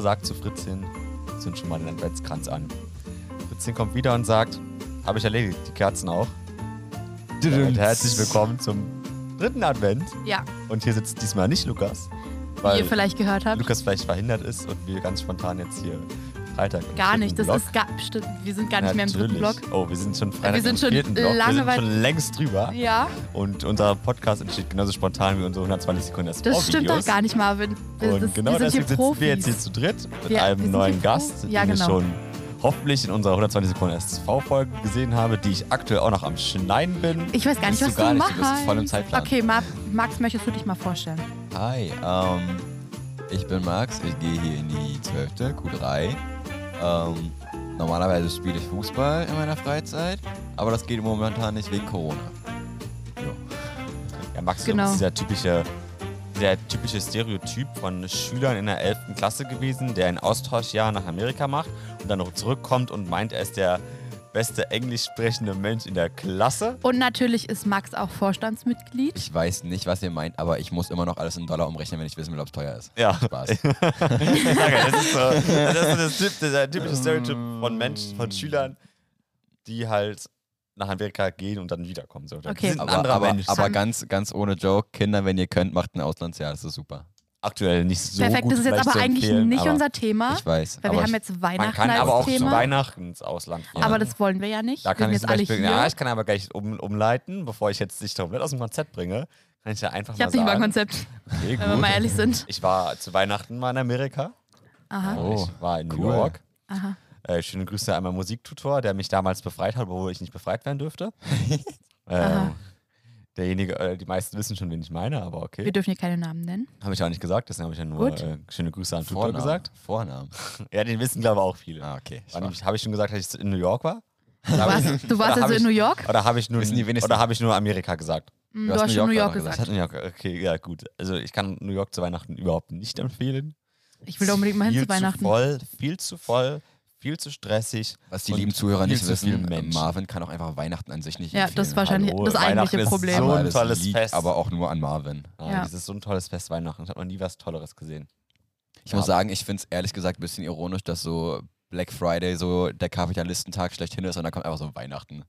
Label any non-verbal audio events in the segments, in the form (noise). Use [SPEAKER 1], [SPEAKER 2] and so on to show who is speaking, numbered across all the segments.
[SPEAKER 1] sagt zu Fritzchen, zünd schon mal den Adventskranz an. Fritzchen kommt wieder und sagt, habe ich erledigt, die Kerzen auch. Damit herzlich willkommen zum dritten Advent.
[SPEAKER 2] Ja,
[SPEAKER 1] Und hier sitzt diesmal nicht Lukas,
[SPEAKER 2] wie
[SPEAKER 1] weil
[SPEAKER 2] ihr vielleicht gehört habt.
[SPEAKER 1] Lukas vielleicht verhindert ist und wir ganz spontan jetzt hier Freitag. im
[SPEAKER 2] Gar nicht, das
[SPEAKER 1] vierten
[SPEAKER 2] ist gar, stimmt, wir sind gar nicht mehr im dritten
[SPEAKER 1] Natürlich.
[SPEAKER 2] Block.
[SPEAKER 1] Oh, wir sind schon Freitag
[SPEAKER 2] Wir sind
[SPEAKER 1] im
[SPEAKER 2] schon
[SPEAKER 1] vierten Block. Wir
[SPEAKER 2] lange
[SPEAKER 1] sind
[SPEAKER 2] weit-
[SPEAKER 1] schon längst drüber.
[SPEAKER 2] Ja,
[SPEAKER 1] Und unser Podcast entsteht genauso spontan wie unsere 120 Sekunden des
[SPEAKER 2] das stimmt doch gar nicht, Marvin. Wir,
[SPEAKER 1] Und
[SPEAKER 2] das,
[SPEAKER 1] genau
[SPEAKER 2] wir sind hier
[SPEAKER 1] deswegen sitzen
[SPEAKER 2] Profis.
[SPEAKER 1] wir jetzt hier zu dritt mit
[SPEAKER 2] Wir- wir
[SPEAKER 1] einem
[SPEAKER 2] sind
[SPEAKER 1] neuen
[SPEAKER 2] hier
[SPEAKER 1] Gast,
[SPEAKER 2] Pro- Ja,
[SPEAKER 1] den ich
[SPEAKER 2] genau.
[SPEAKER 1] schon hoffentlich in unserer 120 Sekunden SV-Folge gesehen habe, die ich aktuell auch noch am Schneiden bin.
[SPEAKER 2] ich weiß gar nicht,
[SPEAKER 1] Bist
[SPEAKER 2] was
[SPEAKER 1] du gar
[SPEAKER 2] du
[SPEAKER 1] nicht,
[SPEAKER 2] machst.
[SPEAKER 1] du bist voll im Zeitplan.
[SPEAKER 2] Okay, Mar Max, möchtest du dich mal vorstellen?
[SPEAKER 3] Hi, ähm, ich bin Max, ich gehe hier in die 12. Q3. Ähm, normalerweise spiele ich Fußball in meiner Freizeit, aber das geht momentan nicht wegen Corona.
[SPEAKER 1] Ja, Max
[SPEAKER 2] Genau.
[SPEAKER 1] ist dieser typische, der typische Stereotyp von Schülern in der 11. Klasse gewesen, der ein Austauschjahr nach Amerika macht und dann noch zurückkommt und meint, er ist der beste englisch sprechende Mensch in der Klasse.
[SPEAKER 2] Und natürlich ist Max auch Vorstandsmitglied.
[SPEAKER 3] Ich weiß nicht, was ihr meint, aber ich muss immer noch alles in Dollar umrechnen, wenn ich wissen will, ob es teuer ist.
[SPEAKER 1] Ja. (laughs)
[SPEAKER 3] Spaß.
[SPEAKER 1] Ich sage, das ist so, das ist so das typ, dieser typische Stereotyp von Menschen, von Schülern, die halt nach Amerika gehen und dann wiederkommen. So, die
[SPEAKER 2] Okay.
[SPEAKER 1] sind ein
[SPEAKER 3] aber
[SPEAKER 1] anderer
[SPEAKER 3] aber,
[SPEAKER 1] Mensch.
[SPEAKER 3] aber
[SPEAKER 2] Sam.
[SPEAKER 3] ganz, ganz ohne Joke, Kinder, wenn ihr könnt, macht ein Auslandsjahr, das ist super.
[SPEAKER 1] aktuell nicht so
[SPEAKER 2] Perfekt,
[SPEAKER 1] gut
[SPEAKER 2] das ist jetzt
[SPEAKER 1] vielleicht
[SPEAKER 2] aber
[SPEAKER 1] zu
[SPEAKER 2] eigentlich
[SPEAKER 1] empfehlen,
[SPEAKER 2] nicht
[SPEAKER 1] aber
[SPEAKER 2] unser Thema,
[SPEAKER 3] Ich weiß.
[SPEAKER 2] weil
[SPEAKER 3] aber
[SPEAKER 2] wir haben
[SPEAKER 3] ich,
[SPEAKER 2] jetzt Weihnachten
[SPEAKER 1] Man kann
[SPEAKER 2] als
[SPEAKER 1] aber auch
[SPEAKER 2] Thema.
[SPEAKER 1] zu Weihnachten ins Ausland gehen.
[SPEAKER 2] Aber das wollen wir ja nicht.
[SPEAKER 1] Da
[SPEAKER 2] wir
[SPEAKER 1] kann
[SPEAKER 2] sind
[SPEAKER 1] ich
[SPEAKER 2] jetzt
[SPEAKER 1] zum
[SPEAKER 2] alle
[SPEAKER 1] Beispiel,
[SPEAKER 2] hier.
[SPEAKER 1] ja, ich kann aber gleich um, umleiten, bevor ich jetzt dich komplett aus dem Konzept bringe, kann ich ja einfach
[SPEAKER 2] ich habe nicht
[SPEAKER 1] mal
[SPEAKER 2] mal ein
[SPEAKER 1] sagen.
[SPEAKER 2] Konzept,
[SPEAKER 1] Okay,
[SPEAKER 2] wenn wir
[SPEAKER 1] gut.
[SPEAKER 2] mal
[SPEAKER 1] (laughs)
[SPEAKER 2] ehrlich sind.
[SPEAKER 1] Ich war zu Weihnachten mal in Amerika.
[SPEAKER 2] Aha,
[SPEAKER 3] Oh,
[SPEAKER 1] ich war in New
[SPEAKER 3] cool.
[SPEAKER 1] York.
[SPEAKER 2] aha.
[SPEAKER 1] Äh, schöne Grüße an meinen Musiktutor, der mich damals befreit hat, obwohl ich nicht befreit werden
[SPEAKER 2] (laughs)
[SPEAKER 1] dürfte. ähm,
[SPEAKER 2] Aha.
[SPEAKER 1] derjenige, äh, die meisten wissen schon, wen ich meine, aber okay.
[SPEAKER 2] Wir dürfen hier keine Namen nennen.
[SPEAKER 1] Habe ich auch nicht gesagt, deswegen habe ich ja nur
[SPEAKER 2] Gut.
[SPEAKER 1] äh, schöne Grüße an Tutor
[SPEAKER 3] Vornamen.
[SPEAKER 1] gesagt.
[SPEAKER 3] Vornamen.
[SPEAKER 1] Ja, den wissen, glaube ich, auch viele.
[SPEAKER 3] Ah, okay. Ich
[SPEAKER 1] War
[SPEAKER 3] war-
[SPEAKER 1] nämlich- Habe ich schon gesagt, dass ich in New York war?
[SPEAKER 2] Du
[SPEAKER 1] (laughs)
[SPEAKER 2] warst, du warst
[SPEAKER 1] Da hab
[SPEAKER 2] also
[SPEAKER 1] ich-
[SPEAKER 2] in New York?
[SPEAKER 1] Oder habe ich, nur-
[SPEAKER 3] Wissen die wenigsten.
[SPEAKER 1] oder habe ich nur Amerika gesagt?
[SPEAKER 2] Hm,
[SPEAKER 3] Du
[SPEAKER 2] Du
[SPEAKER 3] hast
[SPEAKER 2] hast schon New York
[SPEAKER 3] gerade
[SPEAKER 1] Das
[SPEAKER 2] gesagt.
[SPEAKER 1] hat New York, okay, ja gut. Also ich kann New York zu Weihnachten überhaupt nicht empfehlen.
[SPEAKER 2] Ich will da unbedingt mal hin
[SPEAKER 1] viel
[SPEAKER 2] zu Weihnachten.
[SPEAKER 1] Zu voll, viel zu voll, viel zu stressig.
[SPEAKER 3] Was die
[SPEAKER 1] und
[SPEAKER 3] lieben Zuhörer
[SPEAKER 1] viel
[SPEAKER 3] nicht
[SPEAKER 1] zu viele
[SPEAKER 3] wissen, äh,
[SPEAKER 1] Menschen.
[SPEAKER 3] Marvin kann auch einfach Weihnachten an sich nicht
[SPEAKER 2] Ja,
[SPEAKER 3] empfehlen.
[SPEAKER 2] das ist wahrscheinlich
[SPEAKER 1] Hallo,
[SPEAKER 2] das
[SPEAKER 1] Weihnachten
[SPEAKER 2] eigentliche
[SPEAKER 1] ist
[SPEAKER 2] Problem.
[SPEAKER 1] so-
[SPEAKER 3] Aber
[SPEAKER 1] ein
[SPEAKER 3] das
[SPEAKER 1] tolles
[SPEAKER 3] liegt
[SPEAKER 1] Fest.
[SPEAKER 3] aber auch nur an Marvin.
[SPEAKER 1] Ah,
[SPEAKER 2] Ja.
[SPEAKER 1] Das ist so ein tolles Fest Weihnachten. Ich habe noch nie was Tolleres gesehen.
[SPEAKER 3] Ich
[SPEAKER 1] Ja.
[SPEAKER 3] muss sagen, ich finde es ehrlich gesagt ein bisschen ironisch, dass so Black Friday so der Kapitalistentag schlechthin ist und dann kommt einfach so Weihnachten.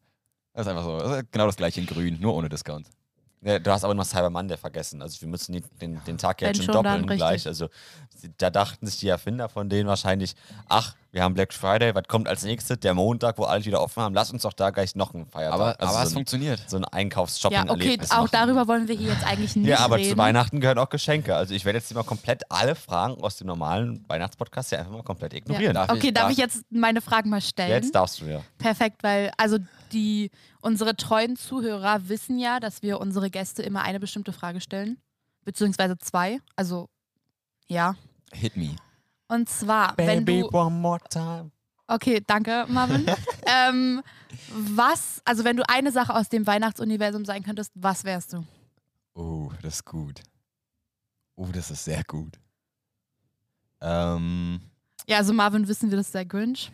[SPEAKER 3] Das ist einfach so, das ist genau das gleiche in grün, nur ohne Discount.
[SPEAKER 1] Ja, du hast aber noch Cyber Monday vergessen. Also wir müssen den, den, den Tag ja
[SPEAKER 2] Wenn
[SPEAKER 1] jetzt schon
[SPEAKER 2] schon, dann
[SPEAKER 1] doppeln
[SPEAKER 2] richtig.
[SPEAKER 1] gleich. Also sie- da dachten sich die Erfinder von denen wahrscheinlich, ach, wir haben Black Friday, was kommt als nächstes? Der Montag, wo alle wieder offen haben. Lass uns doch da gleich noch einen Feiertag.
[SPEAKER 3] Aber,
[SPEAKER 1] also
[SPEAKER 3] aber es
[SPEAKER 1] so, ein,
[SPEAKER 3] funktioniert.
[SPEAKER 1] so ein einkaufs
[SPEAKER 2] Ja, okay, auch darüber wollen wir hier jetzt eigentlich nicht
[SPEAKER 1] Ja, aber
[SPEAKER 2] reden.
[SPEAKER 1] zu Weihnachten gehören auch Geschenke. Also ich werde jetzt mal komplett alle Fragen aus dem normalen Weihnachtspodcast ja einfach mal komplett ignorieren.
[SPEAKER 3] Darf
[SPEAKER 2] okay,
[SPEAKER 3] ich-
[SPEAKER 2] darf
[SPEAKER 3] darf-
[SPEAKER 2] ich jetzt meine Fragen mal stellen?
[SPEAKER 1] Jetzt darfst du ja.
[SPEAKER 2] Perfekt, weil also die unsere treuen Zuhörer wissen ja, dass wir unsere Gäste immer eine bestimmte Frage stellen, beziehungsweise zwei. Also ja.
[SPEAKER 3] Hit me.
[SPEAKER 2] Und zwar, wenn
[SPEAKER 1] Baby,
[SPEAKER 2] du
[SPEAKER 1] one more time.
[SPEAKER 2] Okay, danke,
[SPEAKER 1] (laughs)
[SPEAKER 2] Marvin. ähm, was, also wenn du eine Sache aus dem Weihnachtsuniversum sein könntest, was wärst du?
[SPEAKER 3] Oh, das ist gut. Oh, das ist sehr gut. Ähm.
[SPEAKER 2] Ja, also Marvin wissen wir, das ist der Grinch.